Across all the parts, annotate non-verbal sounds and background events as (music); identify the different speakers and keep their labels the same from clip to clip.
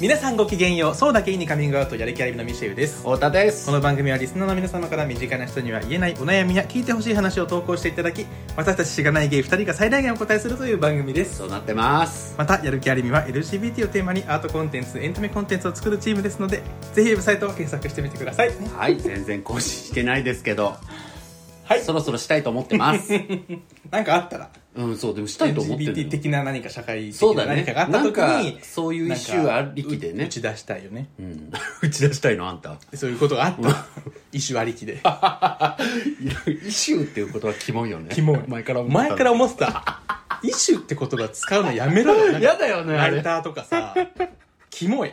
Speaker 1: 皆さんごきげんようそうだけいいにカミングアウトやる気ありみのミシェウです
Speaker 2: 太田です
Speaker 1: この番組はリスナーの皆様から身近な人には言えないお悩みや聞いてほしい話を投稿していただき私たちしがないゲイ2人が最大限お答えするという番組です
Speaker 2: そうなってます
Speaker 1: またやる気ありみは LGBT をテーマにアートコンテンツエンタメコンテンツを作るチームですのでぜひウェブサイトを検索してみてください
Speaker 2: はい全然更新してないですけど
Speaker 1: はい
Speaker 2: (laughs) そろそろしたいと思ってます
Speaker 1: なんかあったら
Speaker 2: (laughs) うんそうでもしたいと思ってる
Speaker 1: LGBT 的な何か社会的
Speaker 2: そう
Speaker 1: な
Speaker 2: だ
Speaker 1: 何
Speaker 2: ね
Speaker 1: かがあった時
Speaker 2: なん
Speaker 1: に
Speaker 2: かそういう一周ありきで
Speaker 1: なんかう
Speaker 2: ね
Speaker 1: 打ち出したいよね
Speaker 2: うん (laughs) 打ち出したいのあんた
Speaker 1: そういうことがあったら (laughs) 一周ありきで
Speaker 2: 一周っていうことはキモいよ (laughs) ね
Speaker 1: キモい
Speaker 2: 前から思ってた
Speaker 1: 前から思ってた「イシュ」って言葉使うのやめろよなんか
Speaker 2: やだ (laughs) よねあ
Speaker 1: ラ
Speaker 2: れ
Speaker 1: イターとかさキモい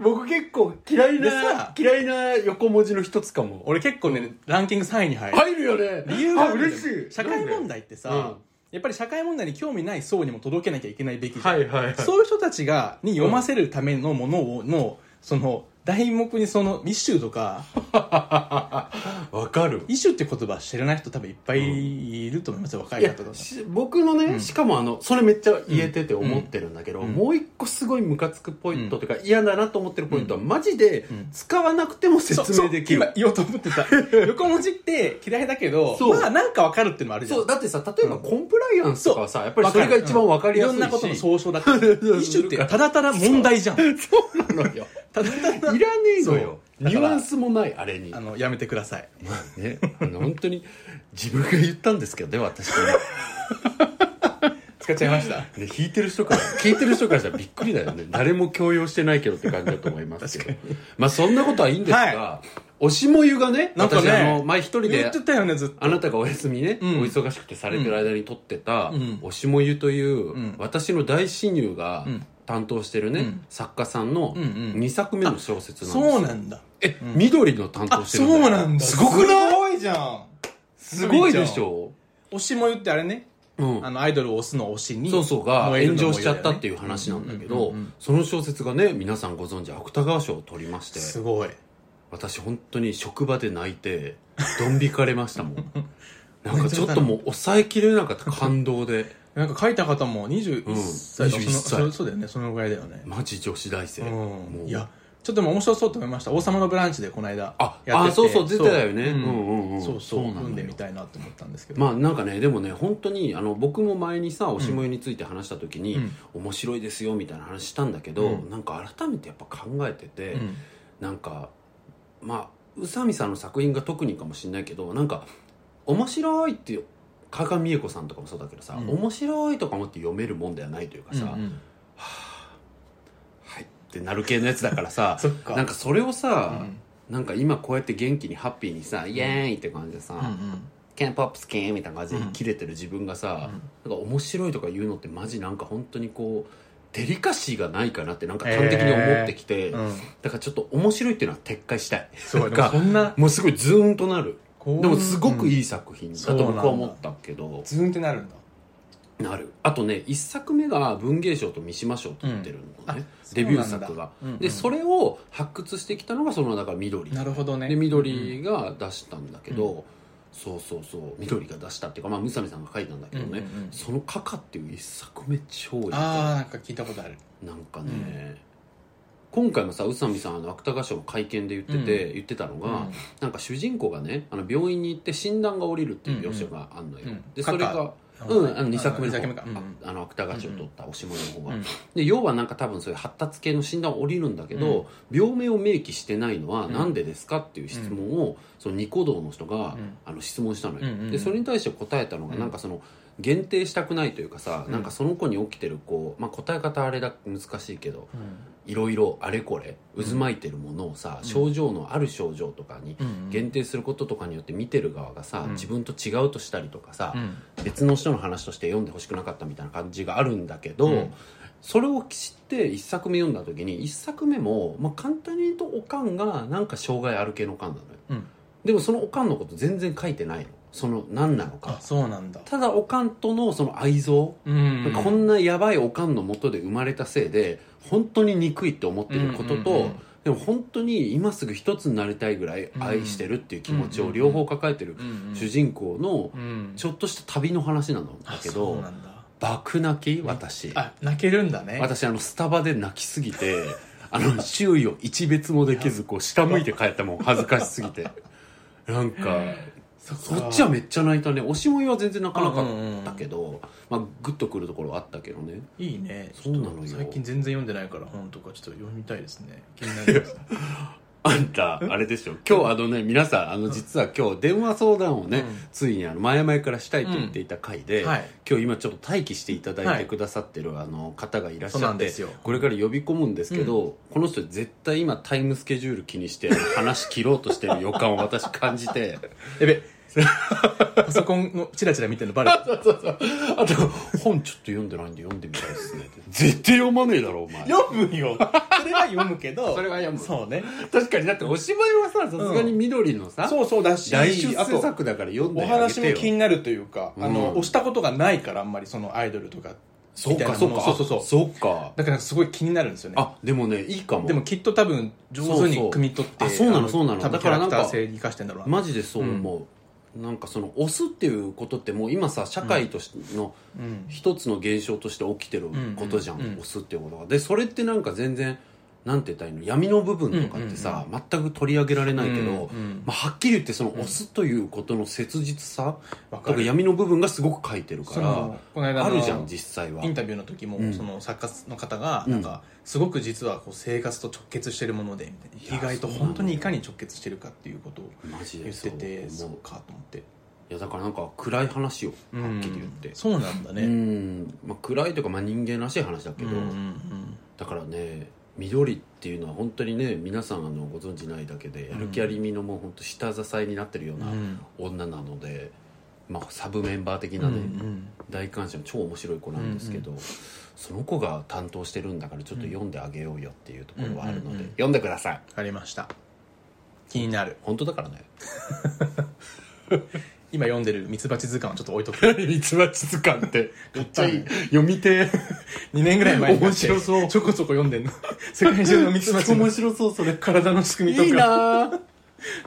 Speaker 2: 僕結構嫌い
Speaker 1: でさ
Speaker 2: 嫌いな横文字の一つかも
Speaker 1: 俺結構ねランキング3位に入る、
Speaker 2: 入るよね
Speaker 1: 理由が
Speaker 2: あ
Speaker 1: あるんだよ
Speaker 2: 嬉しい
Speaker 1: 社会問題ってさ、
Speaker 2: うん
Speaker 1: やっぱり社会問題に興味ない層にも届けなきゃいけないべきじゃ
Speaker 2: は
Speaker 1: ん、
Speaker 2: いはいはい
Speaker 1: そういう人たちがに読ませるためのものをのその題目にその「イシュ」とか
Speaker 2: わかる
Speaker 1: 「イシュ」って言葉知らない人多分いっぱいいると思いますよ、若
Speaker 2: い
Speaker 1: い
Speaker 2: や
Speaker 1: 方とか
Speaker 2: し僕のね、しかもあのそれめっちゃ言えてて思ってるんだけど、
Speaker 1: うん
Speaker 2: もう一個すごいムカつくポイントというか、嫌だなと思ってるポイントは、マジで
Speaker 1: ん
Speaker 2: 使わなくても
Speaker 1: そう
Speaker 2: 説明でき
Speaker 1: そう今
Speaker 2: る
Speaker 1: 言おうと思って
Speaker 2: (laughs)
Speaker 1: た横文字って嫌いだけど
Speaker 2: そう
Speaker 1: まあなんかわかるっていうのもあるじゃん
Speaker 2: そうだってさ例えばコンプライアンスとかはさ、やっぱりそれが一番わかりやすいし、
Speaker 1: いろんなこと
Speaker 2: (laughs)
Speaker 1: の
Speaker 2: そう
Speaker 1: 総称だって一種ってただただ問題じゃん
Speaker 2: なのよ
Speaker 1: ただただ
Speaker 2: いらねえのよ
Speaker 1: そうだ
Speaker 2: ニ
Speaker 1: から
Speaker 2: ュアンスもないあれに
Speaker 1: あのやめてください
Speaker 2: ねあの本当に自分が言ったんですけどね私ね
Speaker 1: 使っちゃいました
Speaker 2: ね (laughs) 弾いてる人から聞いてる人からしたらびっくりだよね誰も強要してないけどって感じだと思いますけどまあそんなことはいいんですが、
Speaker 1: は
Speaker 2: おしもゆがね
Speaker 1: なんかね
Speaker 2: 私あの前一人
Speaker 1: 言
Speaker 2: で
Speaker 1: ってたよねずっと
Speaker 2: あなたがお休みね、
Speaker 1: うん
Speaker 2: お忙しくてされてる間に撮ってた、
Speaker 1: うん
Speaker 2: おしもゆという、
Speaker 1: うん
Speaker 2: 私の大親友が
Speaker 1: うん
Speaker 2: 担当してるね、
Speaker 1: うん
Speaker 2: 作家さんの
Speaker 1: うんうん
Speaker 2: 2作目の小説なんですよ
Speaker 1: そうなんだ
Speaker 2: え、緑の担当
Speaker 1: あ
Speaker 2: してる
Speaker 1: そうなんだ
Speaker 2: すごくない
Speaker 1: すごいじゃん
Speaker 2: すごいでしょ
Speaker 1: 推しも言ってあれね
Speaker 2: うん
Speaker 1: あのアイドルを推すの推しに
Speaker 2: そうそうが
Speaker 1: 燃える
Speaker 2: 炎
Speaker 1: のも
Speaker 2: 上しちゃったって
Speaker 1: い
Speaker 2: いう話なんだけ
Speaker 1: うんうんう
Speaker 2: ど
Speaker 1: んうん
Speaker 2: その小説がね皆さんご存知芥川賞を取りまし
Speaker 1: うす
Speaker 2: て
Speaker 1: ごい
Speaker 2: 私本当に職場で泣いてドン引かれましたもん
Speaker 1: (laughs)
Speaker 2: なん
Speaker 1: おめ
Speaker 2: か
Speaker 1: で
Speaker 2: ち
Speaker 1: とう
Speaker 2: ょっ
Speaker 1: だな
Speaker 2: ともう抑えきれなかった感動で
Speaker 1: なんか書いた方も21歳
Speaker 2: う
Speaker 1: とか
Speaker 2: ん
Speaker 1: その
Speaker 2: 21歳
Speaker 1: そうそうだよねそのぐらいだよね
Speaker 2: マジ女子大生
Speaker 1: う
Speaker 2: も
Speaker 1: ん
Speaker 2: う
Speaker 1: いやちょっとでも面白そうと思いました「王様のブランチ」でこの間
Speaker 2: あ
Speaker 1: やっ
Speaker 2: あ
Speaker 1: てて
Speaker 2: そうそう出てたよね
Speaker 1: そう
Speaker 2: うんうんうん
Speaker 1: そう
Speaker 2: そ
Speaker 1: そう
Speaker 2: うなんだよ
Speaker 1: 読んでみたいなと思ったんですけど
Speaker 2: まあなんかねでもね本当にあの僕も前にさおしもゆについて話した時に、
Speaker 1: うん
Speaker 2: 面白いですよみたいな話したんだけど、
Speaker 1: うん
Speaker 2: なんか改めてやっぱ考えてて、
Speaker 1: うん
Speaker 2: なんかまあ宇佐美さんの作品が特にかもしれないけどなんか面白いっていう加賀美恵子さんとかもそうだけどさ、
Speaker 1: うん
Speaker 2: 面白いとかもって読めるもんではないというかさ、
Speaker 1: うんうん
Speaker 2: はいってなる系のやつだからさ
Speaker 1: (laughs) そっか
Speaker 2: なんかそれをさ
Speaker 1: う、ん
Speaker 2: なんか今こうやって元気にハッピーにさ、イエーイって感じでさ、
Speaker 1: うん
Speaker 2: ケンポップスキーみたいな感じで切れてる自分がさ、なんか面白いとか言うのってマジなんか本当にこうデリカシーがないかなってなんか端的に思ってきて、
Speaker 1: うんうん
Speaker 2: だからちょっと面白いっていうのは撤回したい
Speaker 1: そ
Speaker 2: な
Speaker 1: う
Speaker 2: ん
Speaker 1: でもそ
Speaker 2: か
Speaker 1: んな
Speaker 2: もうすごいズーンとなる
Speaker 1: こう
Speaker 2: でもすごくいい作品だと僕は
Speaker 1: うん
Speaker 2: 思ったけど、
Speaker 1: ズーンってなるんだ
Speaker 2: なるあとね一作目が文芸賞と三島賞と言ってるのね、
Speaker 1: あ
Speaker 2: デビュー作が
Speaker 1: そうなんだうんう
Speaker 2: で
Speaker 1: ん
Speaker 2: それを発掘してきたのがそのだから緑
Speaker 1: なるほどね
Speaker 2: で緑が出したんだけど、そうそうそう緑が出したっていうかまあ宇佐美さんが書いたんだけどね、
Speaker 1: うんうんうん
Speaker 2: その「カカ」っていう一作目超いい
Speaker 1: ああ
Speaker 2: な
Speaker 1: なんか聞いたことある
Speaker 2: んかね、今回もさ宇佐美さんあの芥川賞の会見で言ってて、
Speaker 1: う
Speaker 2: 言ってたの
Speaker 1: う
Speaker 2: が、なんか主人公がねあの病院に行って診断が下りるっていう描写があんのよ、
Speaker 1: うんうん
Speaker 2: で
Speaker 1: カ
Speaker 2: そ
Speaker 1: カ
Speaker 2: れが
Speaker 1: ん
Speaker 2: うん、あの2作目の
Speaker 1: 二
Speaker 2: 方
Speaker 1: 目かうんうん
Speaker 2: ああの芥川賞を取ったおしもの方が、
Speaker 1: うん
Speaker 2: で要はなんか多分そういう発達系の診断を降りるんだけど、病名を明記してないのは
Speaker 1: うん
Speaker 2: なんでですかっていう質問を、そのニコ動の人が、
Speaker 1: うん
Speaker 2: あの質問したのよ、
Speaker 1: うんうんうん
Speaker 2: でそれに対して答えたのが、
Speaker 1: うん
Speaker 2: なんかその限定したくないというかさ、
Speaker 1: うん
Speaker 2: なんかその子に起きてるこう、まあ、答え方あれだ難しいけど
Speaker 1: うん
Speaker 2: いろいろあれこれ渦巻いてるものをさ、
Speaker 1: うん
Speaker 2: 症状のある症状とかに
Speaker 1: うん
Speaker 2: 限定することとかによって見てる側がさ、
Speaker 1: うん
Speaker 2: 自分と違うとしたりとかさ、
Speaker 1: うん
Speaker 2: 別の人の話として読んでほしくなかったみたいな感じがあるんだけど、
Speaker 1: うん
Speaker 2: それを知って一作目読んだ時に一作目も、まあ、簡単に言うとおかんがなんか障害ある系のおかんなのよ
Speaker 1: うん
Speaker 2: でもそのおかんのこと全然書いてないのその何なの
Speaker 1: あ
Speaker 2: か
Speaker 1: そうなんだ
Speaker 2: ただおかんとのその愛憎、
Speaker 1: うん
Speaker 2: なんかこんなやばいおかんのもとで生まれたせいで本当に憎いって思ってることと、
Speaker 1: うんうんうん
Speaker 2: でも本当に今すぐ一つになりたいぐらい愛してるっていう気持ち
Speaker 1: うん
Speaker 2: を
Speaker 1: うんうん
Speaker 2: 両方抱えてる
Speaker 1: うん
Speaker 2: 主人公の
Speaker 1: うん
Speaker 2: ちょっとした旅の話なんだ
Speaker 1: あ
Speaker 2: け
Speaker 1: そう
Speaker 2: ど
Speaker 1: なんだ
Speaker 2: 爆泣き私
Speaker 1: あ泣けるんだね
Speaker 2: 私あのスタバで泣きすぎて (laughs) あの周囲を一別もできずこう下向いて帰ったもん恥ずかしすぎ
Speaker 1: (laughs)
Speaker 2: てなんか
Speaker 1: そ
Speaker 2: そっちはめ
Speaker 1: め
Speaker 2: っちゃ泣いたねおしもいは全然泣かなか
Speaker 1: うんうんうん
Speaker 2: ったけど、まあグッとくるところはあったけどね (laughs)
Speaker 1: いいね
Speaker 2: そうなのよ
Speaker 1: ちょっと最近全然読んでないから本とかちょっと読みたいです (laughs) ね気になります
Speaker 2: あんたあれでしょ今日あのね皆さんあの実は今日電話相談をね、
Speaker 1: うん
Speaker 2: ついにあの前々からしたいと言っていた回で、
Speaker 1: はい
Speaker 2: 今日今ちょっと待機していただい
Speaker 1: は
Speaker 2: て
Speaker 1: い
Speaker 2: くださってるあの方がいらっし
Speaker 1: そう
Speaker 2: ゃ
Speaker 1: な
Speaker 2: っ
Speaker 1: ん
Speaker 2: て
Speaker 1: ですよ
Speaker 2: これから呼び込むんですけど、この人絶対今タイムスケジュール気にしてあの話切ろうとしてる予感を私感じ
Speaker 1: (laughs)
Speaker 2: て
Speaker 1: やべパソコンのチラチラ見てるのバレた
Speaker 2: あと本ちょっと読んでないんで読んでみたいですねって絶対読まねえだろお前
Speaker 1: (laughs) 読むよそれは読むけど
Speaker 2: それは読む
Speaker 1: (laughs) そうね
Speaker 2: 確かにだってお芝居はささすがに緑のさ、
Speaker 1: そうそうだし
Speaker 2: 大出
Speaker 1: あ
Speaker 2: 世
Speaker 1: と
Speaker 2: 作だから読んで
Speaker 1: お
Speaker 2: あげ
Speaker 1: 話
Speaker 2: て
Speaker 1: も
Speaker 2: よ
Speaker 1: 気になるというか、あ
Speaker 2: うん
Speaker 1: の押したことがないからあんまりそのアイドルとか
Speaker 2: そう
Speaker 1: みたい
Speaker 2: か
Speaker 1: な
Speaker 2: そ
Speaker 1: も
Speaker 2: う
Speaker 1: の
Speaker 2: か
Speaker 1: そうそうそう
Speaker 2: そうか
Speaker 1: だからすごい気になるんですよね
Speaker 2: あでもねいいかも
Speaker 1: でもきっと多分上手に汲み取って
Speaker 2: そうそうあそうなの
Speaker 1: あ
Speaker 2: そうなの
Speaker 1: 多分
Speaker 2: だ
Speaker 1: キ
Speaker 2: か
Speaker 1: ャ
Speaker 2: ら
Speaker 1: ラ
Speaker 2: なん
Speaker 1: ク
Speaker 2: か
Speaker 1: ター性に生かしてんだろうな
Speaker 2: マジでそう思う、なんかその押すっていうことってもう今さ社会としての
Speaker 1: うん
Speaker 2: 一つの現象として起きてることじゃん、
Speaker 1: うんうんうん
Speaker 2: 押すっていうことがでそれってなんか全然なんて言ったらいいの闇の部分とかってさ、全く取り上げられないけど、
Speaker 1: うんうん
Speaker 2: まあ、はっきり言ってその押すということの切実さ、
Speaker 1: わ
Speaker 2: と
Speaker 1: か
Speaker 2: か
Speaker 1: る
Speaker 2: 闇の部分がすごく書いてるか
Speaker 1: そ
Speaker 2: ら
Speaker 1: のこの間の
Speaker 2: あるじゃん実際は
Speaker 1: インタビューの時も、
Speaker 2: うん
Speaker 1: その作家の方がなんか、すごく実はこう生活と直結してるものでみたいない
Speaker 2: や
Speaker 1: 意外
Speaker 2: そ
Speaker 1: と
Speaker 2: うなんだ
Speaker 1: 本当にいかに直結してるかっていうことを
Speaker 2: マジで
Speaker 1: 言ってて
Speaker 2: そ
Speaker 1: そうう
Speaker 2: 思う
Speaker 1: かと思って
Speaker 2: いやだからなんか暗い話をはっきり言って
Speaker 1: うん、そうなんだね、
Speaker 2: うんまあ、暗いというか、まあ、人間らしい話だけど、
Speaker 1: うんうんうん
Speaker 2: だからね緑っていうのは本当にね皆さんあのご存知ないだけでやる気ありみのもう本当下支えになってるような
Speaker 1: うん
Speaker 2: 女なので、まあ、サブメンバー的なね、
Speaker 1: うん
Speaker 2: 大感謝の超面白い子なんですけど、その子が担当してるんだからちょっと読んであげようよっていうところはあるので、
Speaker 1: うんうんうん
Speaker 2: 読んでください
Speaker 1: わかりました気になる
Speaker 2: 本当だからね
Speaker 1: 今読んでる「ミツバチ図鑑」はちょっと置いとく
Speaker 2: (laughs) ミツバチ図鑑ってめ (laughs) っちゃいい
Speaker 1: 買っ
Speaker 2: 読み手
Speaker 1: 2年ぐらい前に買って
Speaker 2: 面白そう
Speaker 1: ちょこちょこ読んでんの世界中の
Speaker 2: (laughs)
Speaker 1: ミツバチの
Speaker 2: 面白そうそれ
Speaker 1: 体の仕組みとか
Speaker 2: いいなぁ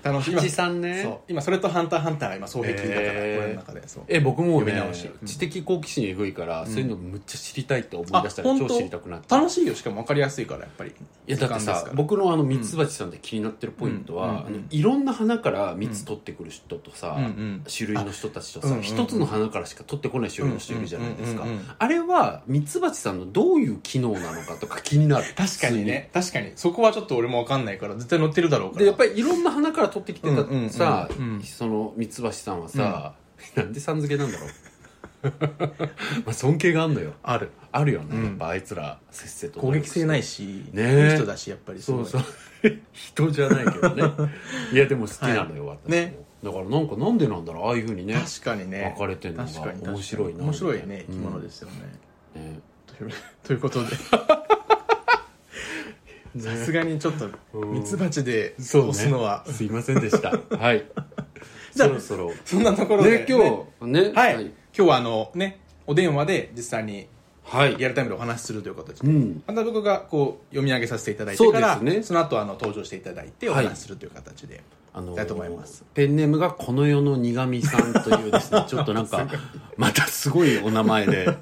Speaker 1: 楽しい今
Speaker 2: 八さんね
Speaker 1: そう今それと「ハンターハンター」が今双璧だから、
Speaker 2: へー
Speaker 1: これの中でそう
Speaker 2: え僕も
Speaker 1: 読み
Speaker 2: ね
Speaker 1: 直しうん
Speaker 2: 知的好奇心えぐいから、そういうのむっちゃ知りたいって思い出した
Speaker 1: あ
Speaker 2: ら超
Speaker 1: 本当
Speaker 2: 知りたくなって
Speaker 1: 楽しいよしかも分かりやすいからやっぱり
Speaker 2: いやだって
Speaker 1: 時間です
Speaker 2: さ
Speaker 1: から
Speaker 2: 僕のあのミツバチさんで気になってるポイントは、
Speaker 1: うんうんうん
Speaker 2: あのいろんな花から蜜取ってくる人とさ、
Speaker 1: うんうん
Speaker 2: 種類の人たちと
Speaker 1: あう
Speaker 2: さ
Speaker 1: んうん
Speaker 2: 一、つの花からしか取ってこない種類の人いるじゃないですか、
Speaker 1: うんうんうんうん
Speaker 2: あれはミツバチさんのどういう機能なのかとか気になる
Speaker 1: 確かにね確かにそこはちょっと俺も分かんないから絶対乗ってるだろう
Speaker 2: 普通
Speaker 1: か
Speaker 2: に
Speaker 1: ら
Speaker 2: でやっぱりいろんな花から取ってきてた
Speaker 1: うんうんうん
Speaker 2: さ、
Speaker 1: うん
Speaker 2: そのミツバチさんはさ、なんでさん付けなんだろう (laughs) まあ尊敬があんのよ
Speaker 1: ある
Speaker 2: あるよね、
Speaker 1: うん
Speaker 2: やっぱあいつらせっせと
Speaker 1: 攻撃性ないいし、
Speaker 2: ね
Speaker 1: いい人だしやっぱりす
Speaker 2: そう
Speaker 1: ごい
Speaker 2: そう (laughs) 人じゃないけど
Speaker 1: (laughs)
Speaker 2: ねいやでも好きなのよ、私も
Speaker 1: ね
Speaker 2: だからなんかなんでなんだろうああいうふうにね
Speaker 1: 確かにね
Speaker 2: 分かれてんのが
Speaker 1: 確かに確かに
Speaker 2: 面白いな
Speaker 1: 面白いね
Speaker 2: う
Speaker 1: 生
Speaker 2: ん
Speaker 1: き物ですよね、
Speaker 2: ね
Speaker 1: という (laughs) ということでさすがにちょっと
Speaker 2: うん
Speaker 1: ミツバチで
Speaker 2: そうね
Speaker 1: 押すのは
Speaker 2: すいませんでした
Speaker 1: (laughs)
Speaker 2: はい
Speaker 1: じ
Speaker 2: そ
Speaker 1: ゃあ
Speaker 2: ろそろ
Speaker 1: そんなところで、
Speaker 2: ね今日ね
Speaker 1: はい、今日はあのねお電話で実際に
Speaker 2: はい、はい
Speaker 1: リアルタイムでお話しするという形
Speaker 2: う
Speaker 1: で、
Speaker 2: ん
Speaker 1: また僕がこう読み上げさせていただいてから
Speaker 2: そうですね
Speaker 1: その後あの登場していただいてお話しするという形で、
Speaker 2: あの
Speaker 1: だと思います
Speaker 2: ペンネームがこの世の苦味さんというですねちょっとなんかまたすごいお名前で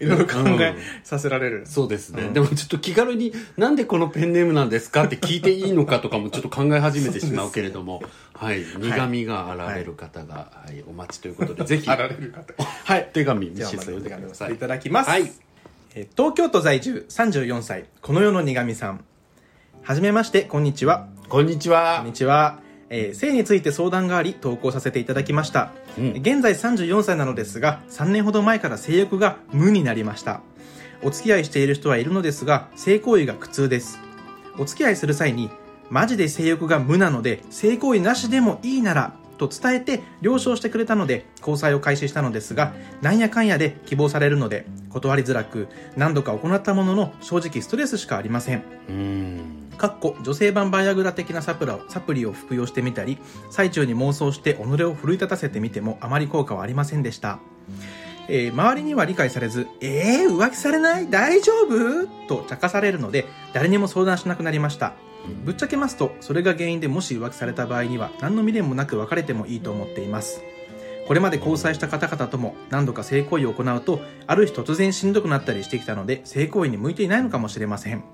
Speaker 1: い、ろいろ考
Speaker 2: う
Speaker 1: え
Speaker 2: ん
Speaker 1: させられる、
Speaker 2: そうですね、
Speaker 1: うん
Speaker 2: でもちょっと気軽になんでこのペンネームなんですかって聞いていいのかとかもちょっと考え始めてしまうけれども、はい、苦味があられる方が、はいお待ちということでぜひ
Speaker 1: (laughs) あられる方はい
Speaker 2: 手紙見せ
Speaker 1: じゃあ
Speaker 2: て
Speaker 1: まずお手紙
Speaker 2: く
Speaker 1: を
Speaker 2: だ
Speaker 1: さ
Speaker 2: さ
Speaker 1: せて
Speaker 2: い
Speaker 1: いただきます、
Speaker 2: はい
Speaker 1: えー東京都在住34歳この世の苦みさんはじめましてこんにちは
Speaker 2: こんにち
Speaker 1: こん
Speaker 2: は
Speaker 1: にちは、えー性について相談があり投稿させていただきました、
Speaker 2: うん
Speaker 1: 現在34歳なのですが3年ほど前から性欲が無になりましたお付き合いしている人はいるのですが性行為が苦痛ですお付き合いする際にマジで性欲が無なので性行為なしでもいいならと伝えて了承してくれたので交際を開始したのですがなんやかんやで希望されるので断りづらく何度か行ったものの正直ストレスしかありません
Speaker 2: うん
Speaker 1: かっこ女性版バイアグラ的なサプラをサプリを服用してみたり最中に妄想して己を奮い立たせてみてもあまり効果はありませんでした、えー周りには理解されず「えー、浮気されない大丈夫?」と茶化されるので誰にも相談しなくなりましたぶっちゃけますとそれが原因でもし浮気された場合には何の未練もなく別れてもいいと思っていますこれまで交際した方々とも何度か性行為を行うとある日突然しんどくなったりしてきたので性行為に向いていないのかもしれません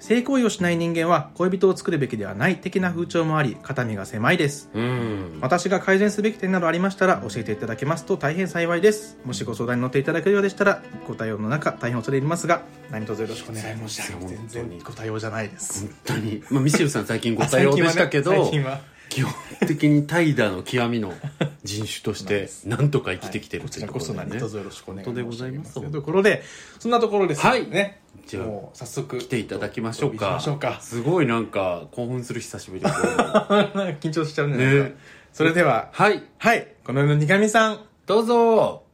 Speaker 1: 性行為をしない人間は恋人を作るべきではない的な風潮もあり肩身が狭いです
Speaker 2: うん
Speaker 1: 私が改善すべき点などありましたら教えていただけますと大変幸いですもしご相談に乗っていただけるようでしたらご対応の中大変恐れ入りますが何卒よろしくお願い申し上げ
Speaker 2: 本
Speaker 1: ます
Speaker 2: 当に
Speaker 1: 全然ご対応じゃないです
Speaker 2: 本当に、まあ、ミシェルさん最近ご対応でしたけど、
Speaker 1: 最近はね
Speaker 2: 基本的にタイダーの極みの人種としてなんとか生きてきてる
Speaker 1: こ
Speaker 2: とい
Speaker 1: ち
Speaker 2: う
Speaker 1: ら
Speaker 2: と
Speaker 1: こ
Speaker 2: ころ
Speaker 1: そ
Speaker 2: だよ
Speaker 1: 何
Speaker 2: ね
Speaker 1: 卒よろしくお願い申し上げますと
Speaker 2: 本当でございます
Speaker 1: いうところでそんなところです
Speaker 2: はい
Speaker 1: ね
Speaker 2: じゃあ
Speaker 1: もう早速
Speaker 2: 来ていただきましょう
Speaker 1: お呼
Speaker 2: か
Speaker 1: びしましょうか
Speaker 2: すごいなんか興奮する久しぶりです
Speaker 1: (laughs) 緊張しちゃうんじゃないですか、
Speaker 2: ね
Speaker 1: それでは
Speaker 2: はい
Speaker 1: はいこの世のにがみさん
Speaker 2: どうぞ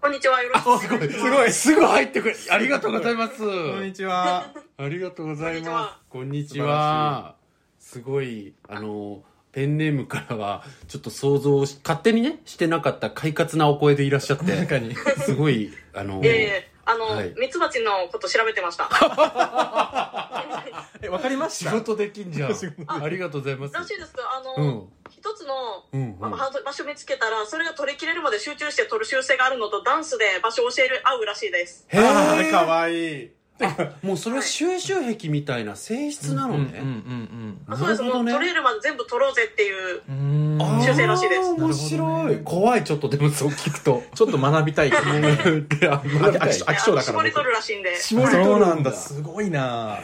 Speaker 3: こんにちは、よろしくお願いします。
Speaker 2: すごいすぐ入ってくるありがとうございます
Speaker 1: こんにちは
Speaker 2: ありがとうございますこんにち
Speaker 1: 素晴ら
Speaker 2: はすごいあのペンネームからはちょっと想像し勝手にねしてなかった快活なお声でいらっしゃっ
Speaker 1: 中
Speaker 2: て
Speaker 1: に
Speaker 2: すごいあの
Speaker 3: いやいやいやあの、
Speaker 2: はい
Speaker 3: ミツバチのこと調べてました。
Speaker 1: えわかりまし
Speaker 2: 仕
Speaker 1: た
Speaker 2: 事できんじ
Speaker 1: (laughs)
Speaker 2: ゃん
Speaker 1: 仕事
Speaker 2: ありがとうございます
Speaker 3: らしいですけど、あ
Speaker 2: う
Speaker 3: の
Speaker 2: ん、
Speaker 3: 一、つの、
Speaker 2: うん
Speaker 3: まあ場所見つけたら、それが取り切れるまで集中して取る習性があるのと、ダンスで場所を教える、合うらしいです。
Speaker 2: へ
Speaker 1: あー
Speaker 2: え
Speaker 1: かわいい
Speaker 2: もうそれは収集癖みたいな性質なの
Speaker 1: うんうん
Speaker 2: ね
Speaker 1: うん
Speaker 3: あそうです、
Speaker 2: なるほど
Speaker 3: もう
Speaker 2: ね
Speaker 3: 取れるまで全部取ろうぜっていう。
Speaker 1: うんうーん
Speaker 2: あー
Speaker 3: 習性らしいです
Speaker 2: 面
Speaker 1: なるほ
Speaker 2: 白
Speaker 1: ど
Speaker 2: い
Speaker 1: ね
Speaker 2: 怖いちょっとでもそう聞くと
Speaker 1: ちょっと学びたい
Speaker 2: で (laughs) あ
Speaker 1: あきあき
Speaker 3: あ
Speaker 1: 飽き性だから
Speaker 3: 絞り取るらしいんで。
Speaker 2: 絞り取る
Speaker 1: そ
Speaker 2: ん
Speaker 1: う
Speaker 2: だ
Speaker 1: なんだすごいな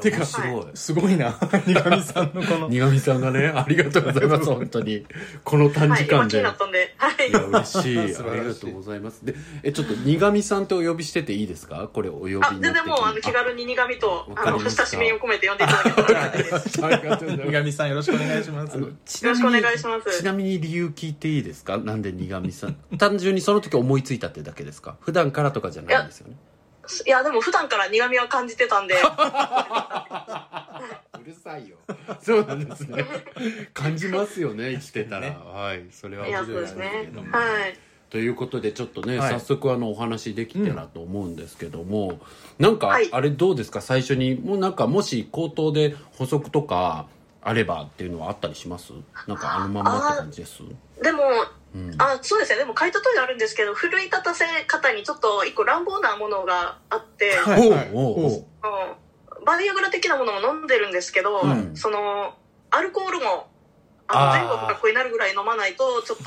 Speaker 1: てか
Speaker 2: 面白い
Speaker 1: すごい (laughs) なにがみさんのこ (laughs) の
Speaker 2: (laughs) 苦味さんがねありがとうございます本当にこの短
Speaker 3: は
Speaker 2: 時
Speaker 3: い、今
Speaker 2: 間
Speaker 3: 気
Speaker 2: で、
Speaker 3: になったんで。
Speaker 2: (laughs)
Speaker 3: はい。
Speaker 2: いや嬉しい
Speaker 3: (laughs)
Speaker 1: 素晴らしい
Speaker 2: ありがとうございますでえちょっと苦味さんとお呼びしてていいですかこれお呼びにな
Speaker 3: あ
Speaker 2: っ、て
Speaker 3: 全然もう、あの、気
Speaker 2: あ
Speaker 3: 軽に苦味と
Speaker 2: わ、か
Speaker 3: あ
Speaker 2: り
Speaker 3: の、
Speaker 2: ま
Speaker 3: 親
Speaker 2: した
Speaker 3: しみを込めて呼んでいただけたらあり
Speaker 2: (laughs)
Speaker 3: がたいです。
Speaker 2: ありがとうござい
Speaker 1: に
Speaker 2: ます
Speaker 3: (laughs)
Speaker 1: がみさんよろしくお願いします
Speaker 2: あの
Speaker 3: よろしくお願いします
Speaker 2: ちなみに理由聞いていいですかなんで苦味さん単純にその時思いついたってだけですか普段からとかじゃないんですよね
Speaker 3: いや、でも普段から苦味は感じてたん
Speaker 2: (laughs)
Speaker 3: で、
Speaker 2: うるさいよそうなんですね感じますよね生きてたら、
Speaker 1: ね
Speaker 2: はいそれはい
Speaker 3: や、
Speaker 2: 面
Speaker 3: そう
Speaker 2: 白い
Speaker 3: で
Speaker 2: ですす
Speaker 3: ね
Speaker 2: けど。も、
Speaker 3: はい。
Speaker 2: ということでちょっとね、
Speaker 1: はい
Speaker 2: 早速あのお話できたらと思うんですけども、なんか
Speaker 3: はい
Speaker 2: あれどうですか最初にもうなんかもし口頭で補足とかあればっていうのはあったりしますなんかあのまんまって感じです
Speaker 3: でも、
Speaker 2: うん
Speaker 3: あそうですねでも書いた通りあるんですけど奮い立たせ方にちょっと一個乱暴なものがあって、
Speaker 1: はい
Speaker 2: おうおう
Speaker 1: おう
Speaker 3: あのバディアグラ的なものも飲んでるんですけど、
Speaker 2: うん
Speaker 3: そのアルコールもあの
Speaker 2: あー
Speaker 3: 全国学校になるぐらい飲まないとちょっと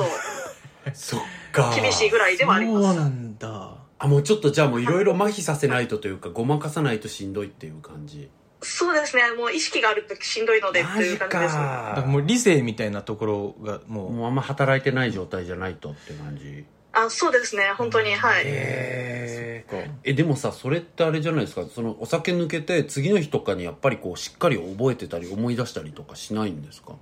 Speaker 2: そっか
Speaker 3: 厳しいぐらいではありま
Speaker 1: そう
Speaker 3: す
Speaker 1: なんだ
Speaker 2: あもうちょっとじゃあもういろいろ麻痺させないとというかごまかさないとしんどいっていう感じ
Speaker 3: そうですねもう意識があるとしんどいのでっていう感じです
Speaker 1: だからもう理性みたいなところがもう
Speaker 2: もうあんま働いてない状態じゃないとって感じ
Speaker 3: あそうですね本当にはい、
Speaker 2: え
Speaker 1: そっか
Speaker 2: えでもさそれってあれじゃないですかそのお酒抜けて次の日とかにやっぱりこうしっかり覚えてたり思い出したりとかしないんですか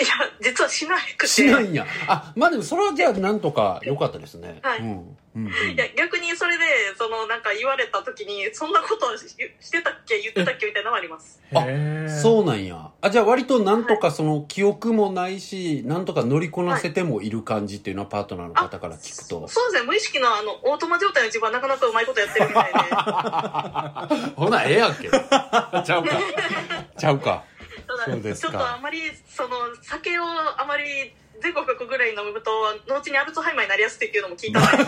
Speaker 3: いや実はしなくて
Speaker 2: しないんやあまあでもそれはじゃあなんとか良かったですね
Speaker 3: はい
Speaker 2: うんうんうん
Speaker 3: いや逆にそれでそのなんか言われた時にそんなことししてたっけ言ってたっけみたいなのはあります
Speaker 2: あ
Speaker 1: へー
Speaker 2: そうなんやあじゃあ割となんとかその記憶もないしなんとか乗りこなせてもいる感じっていうのはパートナーの方から聞くと
Speaker 3: そうですね無意識のあのオートマ状態の自分はなかなかうまいことやってるみた
Speaker 2: (laughs)
Speaker 3: いでた
Speaker 2: ほなええやんけちゃうかちゃうか
Speaker 3: だ
Speaker 2: そうですか
Speaker 3: ちょっとあまりその酒をあまり全国各ぐらい飲むと後にアルツハイマーになりやすいっていうのも聞いたので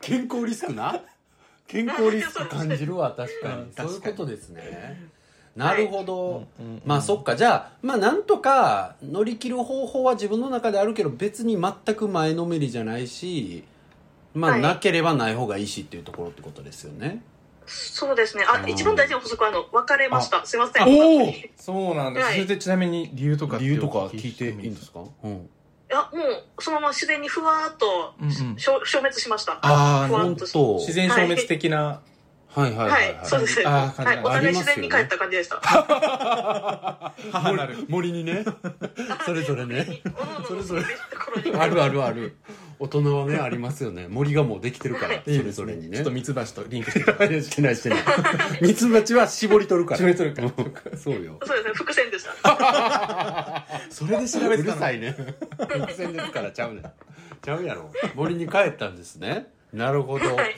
Speaker 2: 健康リスクな (laughs) 健康リスク感じるわ確かにそういうことですねなるほど、
Speaker 1: うんうんうん
Speaker 2: まあそっかじゃあまあなんとか乗り切る方法は自分の中であるけど別に全く前のめりじゃないしまあ、
Speaker 3: はい
Speaker 2: なければない方がいいしっていうところってことですよね
Speaker 3: そうですね
Speaker 2: う
Speaker 3: あ
Speaker 2: ん
Speaker 3: 一番大事な補足はあの別れましたすいません
Speaker 2: おお
Speaker 3: い
Speaker 1: そうなんだ
Speaker 3: はい
Speaker 1: それでちなみに理由とかって
Speaker 2: 理由とか聞いていいんです
Speaker 1: か
Speaker 2: か、うん、
Speaker 3: やもうそのまま自然にふわーっと、
Speaker 1: うんうん
Speaker 3: 消消滅しました
Speaker 1: あー
Speaker 3: ふわ
Speaker 2: 本
Speaker 3: っとして
Speaker 2: 当
Speaker 1: 自然消滅的な
Speaker 2: はいはい
Speaker 3: は、
Speaker 2: はいい、
Speaker 3: そうです。
Speaker 1: あー感じ
Speaker 3: はい、お互い自然に帰った感じでした。は
Speaker 1: 母なる
Speaker 2: 森森にね (laughs) それぞれね
Speaker 3: い、おのおの
Speaker 2: それ
Speaker 3: の
Speaker 2: ぞれ
Speaker 3: ところに。
Speaker 2: あるあるある大人はねありますよね森がもうできてるからそ
Speaker 1: いい
Speaker 2: れ
Speaker 1: です
Speaker 2: ぞれにね
Speaker 1: ちょっとミツバチとリンクしてる
Speaker 2: いやしてない (laughs) してないミツバチは絞り取るから
Speaker 1: 絞り取るから
Speaker 2: うんそうよ
Speaker 3: そうですね、伏線でした。
Speaker 1: それで調
Speaker 2: う
Speaker 1: べて
Speaker 2: る
Speaker 1: たの
Speaker 2: さいね偶然ですからちゃうねんちゃうやろ森に帰ったんですねなるほど
Speaker 3: はい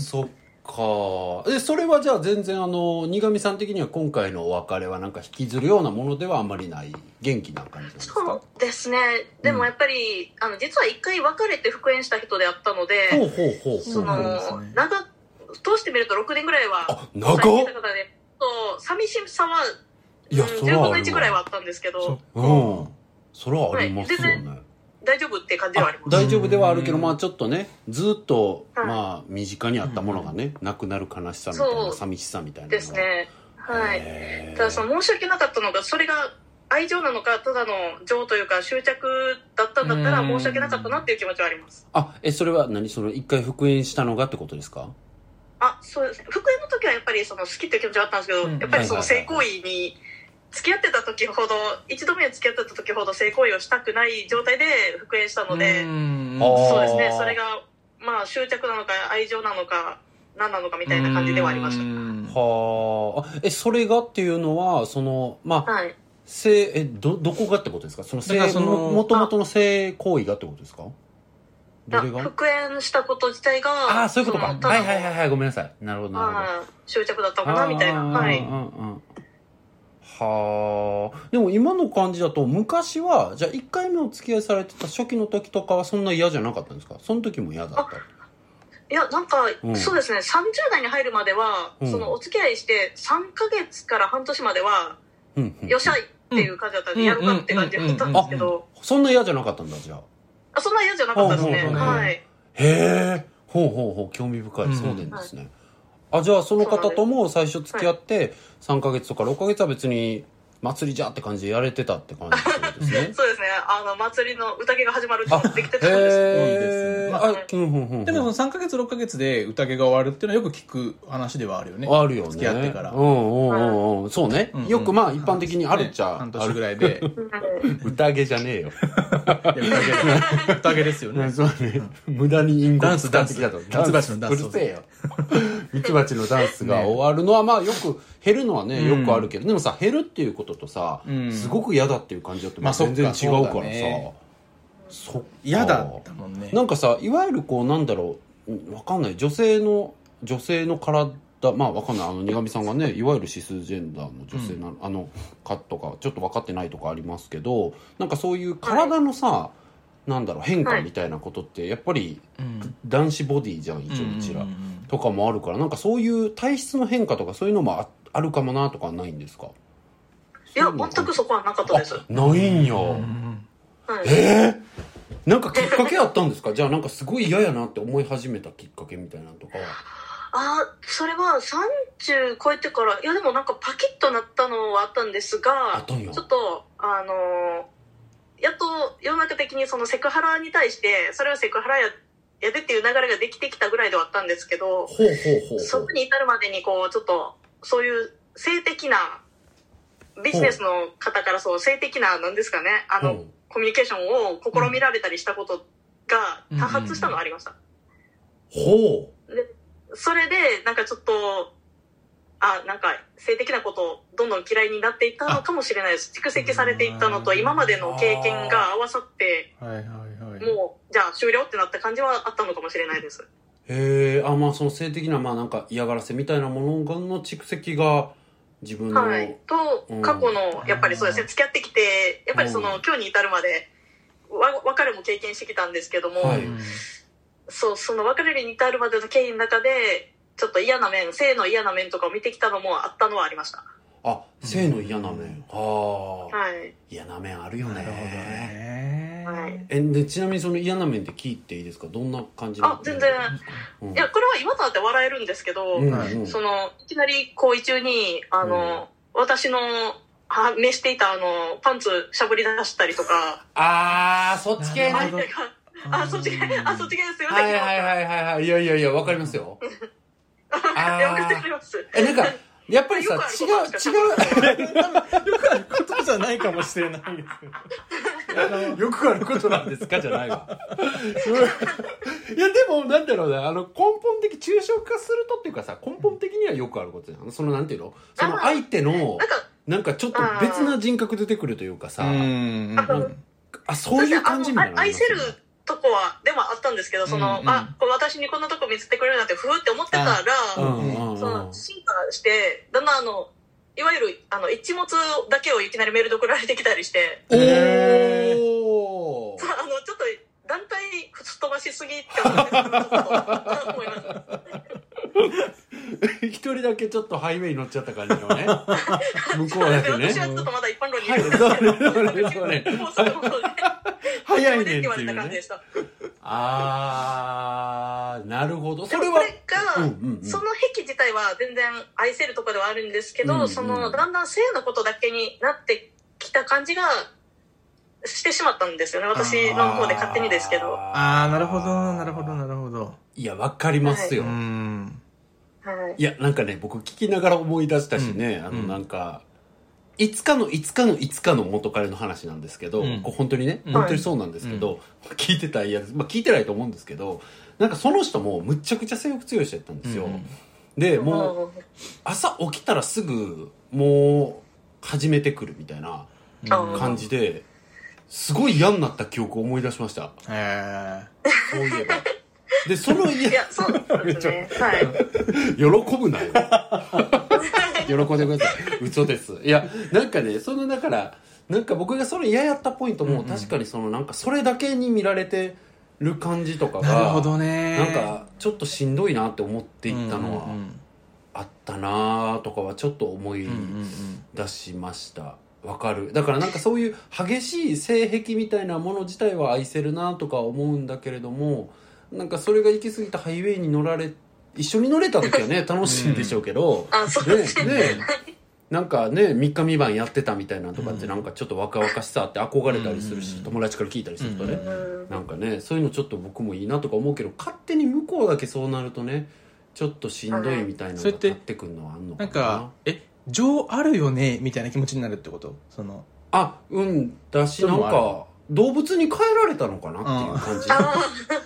Speaker 2: そっかえそれはじゃあ全然あの苦味さん的には今回のお別れはなんか引きずるようなものではあんまりない元気な感じなんです
Speaker 3: そ
Speaker 2: か
Speaker 3: うですね。でもやっぱり、あの、実は一回別れて復縁した人であったの
Speaker 2: ほ
Speaker 3: で、
Speaker 2: うほうほう
Speaker 3: そ
Speaker 1: そうなんです
Speaker 3: の、
Speaker 1: ね
Speaker 3: 長、通してみると6年ぐらいは
Speaker 2: あ長っ
Speaker 3: 交際してた方でそう寂しさは、
Speaker 2: いや
Speaker 3: うん
Speaker 2: それはあるわ
Speaker 3: 15分の1ぐらいはあったんですけど
Speaker 2: うんそれはありますよ
Speaker 3: はい全
Speaker 2: ね、
Speaker 3: 大丈夫って感じはあります
Speaker 2: 大丈夫ではあるけど、
Speaker 1: うん
Speaker 2: まあちょっとね、ずっと、
Speaker 3: はい
Speaker 2: まあ身近にあったものがね、なくなる悲しさみたい
Speaker 3: そ
Speaker 2: な、
Speaker 3: う
Speaker 2: 寂しさみたいなのが。
Speaker 3: ですねはい
Speaker 2: へー
Speaker 3: ただその申し訳なかったのがそれが愛情なのかただの情というか執着だったんだったら
Speaker 1: うん
Speaker 3: 申し訳なかったなっていう気持ちはあります
Speaker 2: あ、え、それは何その一回復縁したのがってことですか
Speaker 3: あそうですね復縁の時はやっぱりその好きっていう気持ちはあったんですけど、
Speaker 1: うん
Speaker 3: やっぱりその性行為に付き合ってた時ほど一度目は付き合ってた時ほど性行為をしたくない状態で復縁したので、
Speaker 1: うん
Speaker 2: あー
Speaker 3: そうですねそれがまあ執着なのか愛情なのか何なのかみたいな感じではありました
Speaker 1: うん
Speaker 2: はあ。え、それがっていうのは、その、まあ、
Speaker 3: はい
Speaker 2: 性、え、ど、どこがってことですかその
Speaker 1: だか
Speaker 2: 性、
Speaker 1: らその
Speaker 2: ももともとの性行為がってことですかどれ
Speaker 3: だ
Speaker 2: が
Speaker 3: 復縁したこと自体が
Speaker 2: ああ、そういうことか。
Speaker 3: そのた
Speaker 2: は
Speaker 3: だ
Speaker 2: い
Speaker 3: の
Speaker 2: はいはいはい、ごめんなさい。なるほど、なるほど。
Speaker 3: はい執着だったのかなみたいなはい
Speaker 2: うんうんうんはあでも今の感じだと昔はじゃあ1回目お付き合いされてた初期の時とかはそんな嫌じゃなかったんですかその時も嫌だった
Speaker 3: いやなんか、
Speaker 2: うん
Speaker 3: そうですね30代に入るまでは、
Speaker 2: うん
Speaker 3: そのお付き合いして3ヶ月から半年までは、
Speaker 2: うんうん
Speaker 3: よっしゃいっていう感じだったんで、
Speaker 1: うん
Speaker 3: やるかって感じだったんですけど、
Speaker 2: そんな嫌じゃなかったんだじゃあ
Speaker 3: あそんな嫌じゃなかったですね、
Speaker 1: うんうんうん
Speaker 3: はい
Speaker 2: へえほうほうほう興味深い、
Speaker 1: うん
Speaker 2: そうなんですね、あじゃあその方とも最初付き合って3ヶ月とか6ヶ月は別に祭りじゃって感じでやれてたって感じってことですね
Speaker 3: そうですねあの祭りの宴が始まるっていうのができてたんです
Speaker 1: いいです
Speaker 2: へえ
Speaker 1: ね
Speaker 2: あうんうんうんうん
Speaker 1: でもその3ヶ月6ヶ月で宴が終わるっていうのはよく聞く話ではあるよね
Speaker 2: あるよね。
Speaker 1: 付き合ってから
Speaker 2: うんうんうんうん。そうね
Speaker 1: うんう。ん
Speaker 2: よくまあ一般的にあるっちゃ。
Speaker 1: 半年ぐ
Speaker 2: い。
Speaker 1: らいで
Speaker 3: はい
Speaker 2: 宴じゃ
Speaker 1: (laughs)
Speaker 2: ねえよ。
Speaker 1: いや宴だ宴ですよね
Speaker 2: そうね。 (laughs) 無駄に因果
Speaker 1: ダンス
Speaker 2: 使ってきたと
Speaker 1: ダンスミツバチのダンス
Speaker 2: うるせえよ。 (laughs) ミツバチのダンスが終わるのはまあよく減るのはね、よくあるけど、でもさ、減るっていうこととさ
Speaker 1: う、ん
Speaker 2: すごく嫌だっていう感じだと
Speaker 1: まあ
Speaker 2: 全然違
Speaker 1: そっ
Speaker 2: う
Speaker 1: か
Speaker 2: か
Speaker 1: そう
Speaker 2: ら
Speaker 1: だ
Speaker 2: さ
Speaker 1: ね。
Speaker 2: そっか
Speaker 1: 嫌だったもんね
Speaker 2: なんかさいわゆるこうなんだろううんわかんない女性の女性の体まあわかんないあの苦みさんがねいわゆるシスジェンダーの女性な、あのかとかちょっと分かってないとかありますけどなんかそういう体のさ、なんだろう変化みたいなことってやっぱり
Speaker 1: うん
Speaker 2: 男子ボディじゃん一応うちら、
Speaker 1: うんうんうん
Speaker 2: とかもあるからなんかそういう体質の変化とかそういうのもああるかもなとかないんですか
Speaker 3: いや全くそこはなかったですは
Speaker 2: あないんや、
Speaker 1: うん
Speaker 3: い
Speaker 2: えー、なんかきっかけあったんですかじゃあなんかすごい嫌やなって思い始めたきっかけみたいなのとか
Speaker 3: あそれは30超えてからいやでもなんかパキッとなったのはあったんです
Speaker 2: あっ
Speaker 3: が
Speaker 2: たんや
Speaker 3: ちょっとあのやっと世の中的にそのセクハラに対してそれはセクハラややでっていう流れができてきたぐらいではあったんですけど
Speaker 2: ほうほうほう
Speaker 3: そ
Speaker 2: ほう
Speaker 3: こに至るまでにこうちょっとそういう性的なビジネスの方からそう性的ななんですかねあ
Speaker 2: う
Speaker 3: の
Speaker 2: ん
Speaker 3: コミュニケーションを試みられたりしたことが多発したのはありました。
Speaker 2: ほ
Speaker 3: それでなんかちょっとあなんか性的なことをどんどん嫌いになっていったのかもしれないです蓄積されていったのと
Speaker 1: うん
Speaker 3: 今までの経験が合わさって
Speaker 1: はいはいはい
Speaker 3: もうじゃあ終了ってなった感じはあったのかもしれないです
Speaker 2: うへえあまあその性的なまあなんか嫌がらせみたいなものの蓄積が自分の、
Speaker 3: はいと
Speaker 2: うん
Speaker 3: 過去のやっぱりそうですね付き合ってきてやっぱりその
Speaker 2: う
Speaker 3: 今日に至るまでわ別れも経験してきたんですけども、
Speaker 2: はい
Speaker 1: うん
Speaker 3: そうその別れに至るまでの経緯の中でちょっと嫌な面性の嫌な面とかを見てきたのもあったのはありました
Speaker 2: あ性の嫌な面、ああ
Speaker 3: はい
Speaker 2: 嫌な面あるよ
Speaker 1: な
Speaker 2: ね
Speaker 1: るほどね
Speaker 3: はい
Speaker 2: えでちなみにその嫌な面って聞いていいですかどんな感じの
Speaker 3: あ全然
Speaker 2: うん
Speaker 3: いやこれは今となって笑えるんですけど、
Speaker 2: うん
Speaker 1: はい
Speaker 2: うん
Speaker 3: そのいきなり行為中にあの、私のあ召していたあのパンツしゃぶり出したりとか
Speaker 2: ああそっち系
Speaker 1: な
Speaker 2: ね
Speaker 1: るほど
Speaker 3: (laughs) ああそっち系
Speaker 1: (laughs)
Speaker 3: あそっち系ですよね、
Speaker 2: はいはい
Speaker 3: (laughs)
Speaker 2: はいはいはい。いやいやいや、わかりますよ。あー
Speaker 3: わかってます
Speaker 2: え、なんか、やっぱりさ、
Speaker 3: よくある
Speaker 2: 違
Speaker 3: ことですか
Speaker 2: う、
Speaker 1: よくあることじゃないかもしれないですけどあの
Speaker 2: 違う。 (laughs) よくあることなんですかじゃないわ。いや、でも、なんだろうな、あの、根本的、抽象化するとっていうかさ、根本的にはよくあることじゃん。その、なんていうのその相手の
Speaker 3: なん、か
Speaker 2: なんかちょっと別な人格出てくるというかさ、
Speaker 1: うん
Speaker 2: あ、そういう感じみたいなのあり
Speaker 3: 愛
Speaker 2: ま
Speaker 3: せ
Speaker 2: すよ
Speaker 3: る
Speaker 2: ね。
Speaker 3: とこはでもあったんですけどその、
Speaker 1: うんうん
Speaker 3: あこれ私にこんなとこ見つけてくれるなんてふーって思ってたら、
Speaker 1: 愛せる
Speaker 2: うんうん
Speaker 3: そ
Speaker 2: うん
Speaker 3: の。進化してだんだんあのいわゆるあの一物だけをいきなりメールで送られてきたりして
Speaker 1: へ
Speaker 2: おー
Speaker 3: そうあのちょっと団体吹っ飛ばしすぎって思ってたと思います
Speaker 2: だけちょっとハイウェイ乗っちゃった感じの
Speaker 3: (laughs)
Speaker 2: ね向こうだけね
Speaker 3: (laughs) 私はちょっとまだ一般論にい
Speaker 2: はい
Speaker 3: るんです
Speaker 2: それ
Speaker 3: けど、
Speaker 2: それそれ
Speaker 3: (laughs) もうそのことで、
Speaker 2: 早いね
Speaker 3: っ
Speaker 2: って
Speaker 3: (laughs) て言わ
Speaker 2: い
Speaker 3: れ
Speaker 2: う
Speaker 3: た感じ
Speaker 2: ね
Speaker 3: でした。
Speaker 2: あーなるほど
Speaker 3: で
Speaker 2: そ
Speaker 3: も
Speaker 2: れ
Speaker 3: こ
Speaker 2: は
Speaker 3: れが、
Speaker 2: うんうんうん
Speaker 3: その癖自体は全然愛せるところではあるんですけど、
Speaker 2: うんうん
Speaker 3: そのだんだん性のことだけになってきた感じがしてしまったんですよね私の方で勝手にですけど、は
Speaker 1: ああ、なるほど、なるほど、なるほど。
Speaker 2: いやわかります
Speaker 1: う
Speaker 2: よ、
Speaker 1: ーん。
Speaker 3: い、
Speaker 2: いやなんかね僕聞きながら思い出したしね、
Speaker 1: うん
Speaker 2: あの
Speaker 1: うん
Speaker 2: なんか、いつかのいつかのいつかの元彼の話なんですけど、
Speaker 1: うん
Speaker 2: こう本当にね、
Speaker 1: うん
Speaker 2: 本当にそうなんですけど、聞いてたいや、まあ、聞いてないと思うんですけどなんかその人もむっちゃくちゃ性欲強い人やったんですよ、
Speaker 1: うん
Speaker 2: でもう
Speaker 3: う
Speaker 2: 朝起きたらすぐもう始めてくるみたいな
Speaker 3: あ
Speaker 2: 感じですごい嫌になった記憶を思い出しました
Speaker 1: え
Speaker 2: そういえば (laughs) でその
Speaker 3: い
Speaker 2: 嫌
Speaker 3: やそうで
Speaker 2: (laughs)
Speaker 3: すねはい
Speaker 2: 喜ぶ (laughs) なよ喜んでください嘘ですいやなんかねそのだからなんか僕がそれ嫌やったポイントも、
Speaker 1: うんうん
Speaker 2: 確かにそのなんかそれだけに見られてる感じとか
Speaker 1: ー
Speaker 2: が
Speaker 1: なるほどね。
Speaker 2: なんかちょっとしんどいなって思っていったのは
Speaker 1: うんうん
Speaker 2: あったなとかはちょっと思い
Speaker 1: うんうんうん
Speaker 2: 出しましたわかるだからなんかそういう激しい性癖みたいなもの自体は愛せるなとか思うんだけれどもなんかそれが行き過ぎたハイウェイに乗られ一緒に乗れた時はね楽しいんでしょうけど、
Speaker 3: あそう
Speaker 2: ね
Speaker 3: ですね
Speaker 2: ねなんかね3日三晩やってたみたいなのとかってなんかちょっと若々しさあって憧れたりするし、
Speaker 1: うん
Speaker 2: 友達から聞いたりするとね、
Speaker 3: うん
Speaker 2: なんかねそういうのちょっと僕もいいなとか思うけど勝手に向こうだけそうなるとねちょっとしんどいみたいなの
Speaker 1: それ
Speaker 2: が
Speaker 1: って
Speaker 2: 立ってくるのはあんのかな
Speaker 1: な
Speaker 2: ん
Speaker 1: か、え、情あるよねみたいな気持ちになるってことその、
Speaker 2: あうんだし
Speaker 1: で
Speaker 2: なん
Speaker 1: も
Speaker 2: か動物に変えられたのかなっていう感じ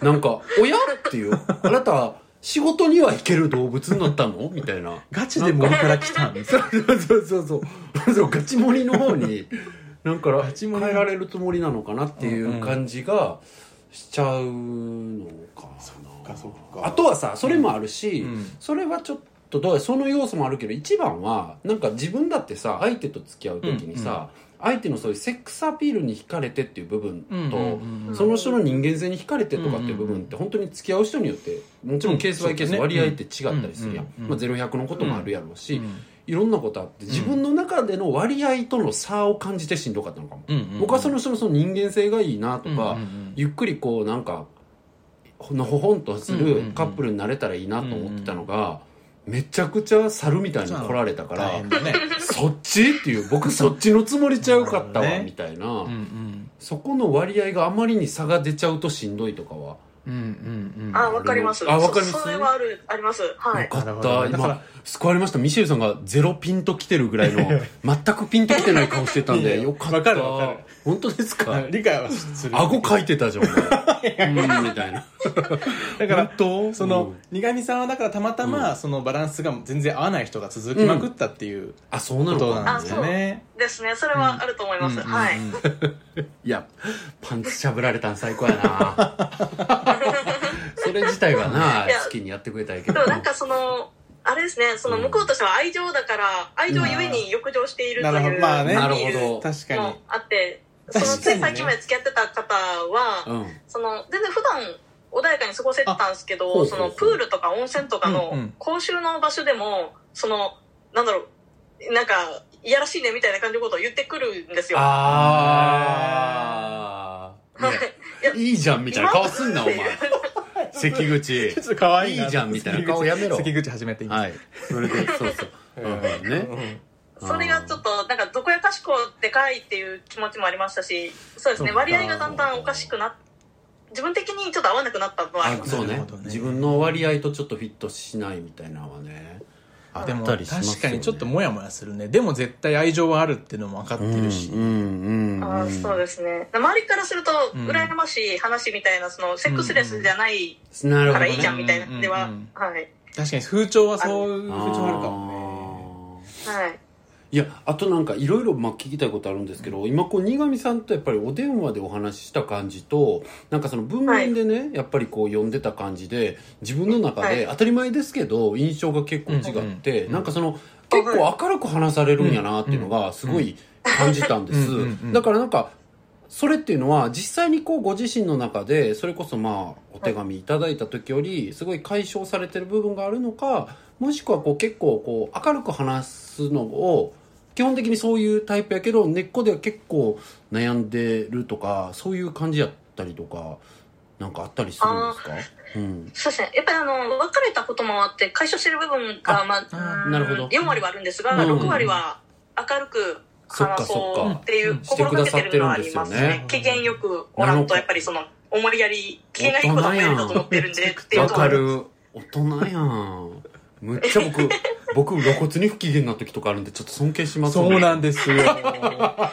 Speaker 2: なんか「親?」っていう「あなた仕事には行ける動物になったの?」みたいな
Speaker 1: ガチで森から来たみたい
Speaker 2: そうそうそうそうそうガチモリの方になんか
Speaker 1: ガチ
Speaker 2: 変
Speaker 1: モ
Speaker 2: え
Speaker 1: リ
Speaker 2: られるつもりなのかなってい
Speaker 1: うんう
Speaker 2: うん感じがしちゃうのかな
Speaker 1: かそっか
Speaker 2: あとはさそれもあるし、
Speaker 1: うん
Speaker 2: それはちょっとどうその要素もあるけど一番はなんか自分だってさ相手と付き合う時にさ、相手のそういうセックスアピールに惹かれてっていう部分と、
Speaker 1: な。うん
Speaker 2: その人の人間性に惹かれてとかっていう部分って本当に付き合う人によってもちろんケースバイケース
Speaker 1: うん
Speaker 2: 割合って違ったりするやん
Speaker 1: うん、うんうん
Speaker 2: まあ、0100のこともあるやろうし、
Speaker 1: うん
Speaker 2: いろんなことあって自分の中での割合との差を感じてしんどかったのかも、僕はその人のその人間性がいいなとか、
Speaker 1: うんうんうん
Speaker 2: ゆっくりこうなんかほのほほんとする
Speaker 1: うんうん
Speaker 2: カップルになれたらいいなと思ってたのが、めちゃくちゃ猿みたいに来られたか
Speaker 1: 大
Speaker 2: ら
Speaker 1: 変だね。
Speaker 2: そっちっていう
Speaker 1: (laughs)
Speaker 2: 僕そっちのつもりちゃうかった
Speaker 1: なる
Speaker 2: わ
Speaker 1: ほどね
Speaker 2: みたいな、
Speaker 1: うんうん
Speaker 2: そこの割合があまりに差が出ちゃうとしんどいとかは、
Speaker 1: うんうんうん。
Speaker 3: あわかります
Speaker 2: あわかります
Speaker 3: そそれはあるありますは
Speaker 2: よ
Speaker 3: い
Speaker 2: かっ
Speaker 1: なるほ
Speaker 2: た、
Speaker 1: どねだから
Speaker 2: 今救われましたミシェルさんがゼロピンと来てるぐら
Speaker 1: (laughs)
Speaker 2: いの全くピンと来てない顔してたん
Speaker 1: いやい
Speaker 2: で
Speaker 1: や
Speaker 2: よかった
Speaker 1: わかるわかる
Speaker 2: 本当ですか、
Speaker 1: 理解はする。
Speaker 2: 顎かいてたじゃんお
Speaker 1: (laughs)
Speaker 2: 前うんみたいな
Speaker 1: だから、
Speaker 2: と
Speaker 1: その、苦味さんはだからたまたま、そのバランスが全然合わない人が続きまくったっていう
Speaker 2: あそうな
Speaker 1: こ
Speaker 2: の
Speaker 1: と
Speaker 2: か
Speaker 1: なんですよね。
Speaker 3: ですねそれはあると思います、
Speaker 1: うん
Speaker 3: はい、
Speaker 1: うんうん
Speaker 2: いやパンツしゃぶられたん最高や
Speaker 3: (laughs)
Speaker 2: なそれ自体はない
Speaker 3: や
Speaker 2: 好きにやってくれたらいいけ
Speaker 3: で
Speaker 2: ど
Speaker 3: もなんかそのあれですねその向こうとしては愛情だから愛情ゆえに欲情していると
Speaker 1: なるほ
Speaker 3: い
Speaker 1: ど
Speaker 3: う
Speaker 1: まあね
Speaker 2: なる
Speaker 3: 理
Speaker 2: ほ
Speaker 3: 由
Speaker 2: ど
Speaker 1: 確かに
Speaker 3: も。あってその
Speaker 1: 確
Speaker 3: つ
Speaker 1: かに
Speaker 3: い
Speaker 1: ね
Speaker 3: 最近まで付き合ってた方は、
Speaker 2: うん
Speaker 3: その全然普段穏やかに過ごせてたんですけ
Speaker 2: あほう
Speaker 3: ど
Speaker 2: ほう
Speaker 3: そ
Speaker 2: ほう
Speaker 3: のプールとか温泉とかの
Speaker 1: うんうん
Speaker 3: 公衆の場所でもそのなんだろうなんかいやらしいねみたいな感じのことを言ってくるんですよ。
Speaker 2: あ
Speaker 3: はい
Speaker 2: あいいじゃんみたいな顔すんなお前関口
Speaker 1: ちょっと可愛い
Speaker 2: いいじゃんみたいな顔やめろ
Speaker 1: 関口始めていい
Speaker 2: はいそれでそうそう
Speaker 1: う
Speaker 2: うんんうんね
Speaker 3: (laughs) それがちょっとなんかどこやかしこでかいっていう気持ちもありましたしそうですね
Speaker 2: そっか
Speaker 3: 割合がだんだんおかしくなっ自分的にちょっと合わなくなったのはあり
Speaker 2: あ
Speaker 3: ます
Speaker 2: そう
Speaker 1: な
Speaker 2: ね
Speaker 1: るほどね
Speaker 2: 自分の割合とちょっとフィットしないみたいなのはねあ
Speaker 1: でも
Speaker 2: ったりしますよね
Speaker 1: 確かにちょっとモヤモヤするねでも絶対愛情はあるっていうのも分かってるし、
Speaker 2: うんうんうん
Speaker 3: あーそうですね周りからすると羨ましい話みたいなそのセックスレスじゃない
Speaker 2: すなる
Speaker 3: か
Speaker 2: ほど
Speaker 3: ら
Speaker 2: ね
Speaker 3: いいじゃんみたいな
Speaker 1: うんうんうん
Speaker 3: でははい
Speaker 1: 確かに風潮はそういう風潮あるかもね
Speaker 2: もね
Speaker 3: はい
Speaker 2: いやあとなんかいろいろまあ聞きたいことあるんですけど、今こう新上さんとやっぱりお電話でお話しした感じとなんかその文面でね、やっぱりこう読んでた感じで自分の中
Speaker 3: はい
Speaker 2: で当たり前ですけど印象が結構違って、
Speaker 1: うん
Speaker 2: なんかその結構明るく話されるんやなっていうのがすごい感じたんです、
Speaker 1: うんうんうん
Speaker 2: だからなんかそれっていうのは実際にこうご自身の中でそれこそまあお手紙いただいた時よりすごい解消されてる部分があるのかもしくはこう結構こう明るく話すのを基本的にそういうタイプやけど根っこでは結構悩んでるとかそういう感じやったりとかなんかあったりするんですか、うん、
Speaker 3: そうですね。やっぱりあの、別れたこともあって、解消してる部分が、
Speaker 2: あ
Speaker 3: ま
Speaker 1: あ
Speaker 3: あ、
Speaker 2: ーなるほど
Speaker 3: 4割はあるんですが、
Speaker 2: うん
Speaker 3: 6割は明るく話
Speaker 2: そっ
Speaker 3: そ
Speaker 2: か
Speaker 3: う
Speaker 2: そっか
Speaker 3: っていう
Speaker 1: うん
Speaker 3: 心がけてるのはあります
Speaker 2: してくださ
Speaker 1: っ
Speaker 3: ね。
Speaker 1: てるんですよね
Speaker 3: 機嫌よくおらんと、やっぱりその、思いやり、機嫌がいいことは無理だと思ってるんで、っていう
Speaker 2: わ
Speaker 3: と
Speaker 2: かる大人やんむっちゃ僕
Speaker 3: (laughs)
Speaker 2: 僕露骨に不機嫌な時とかあるんでちょっと尊敬します
Speaker 1: そうなん
Speaker 2: ち
Speaker 1: ですよ。
Speaker 2: ょ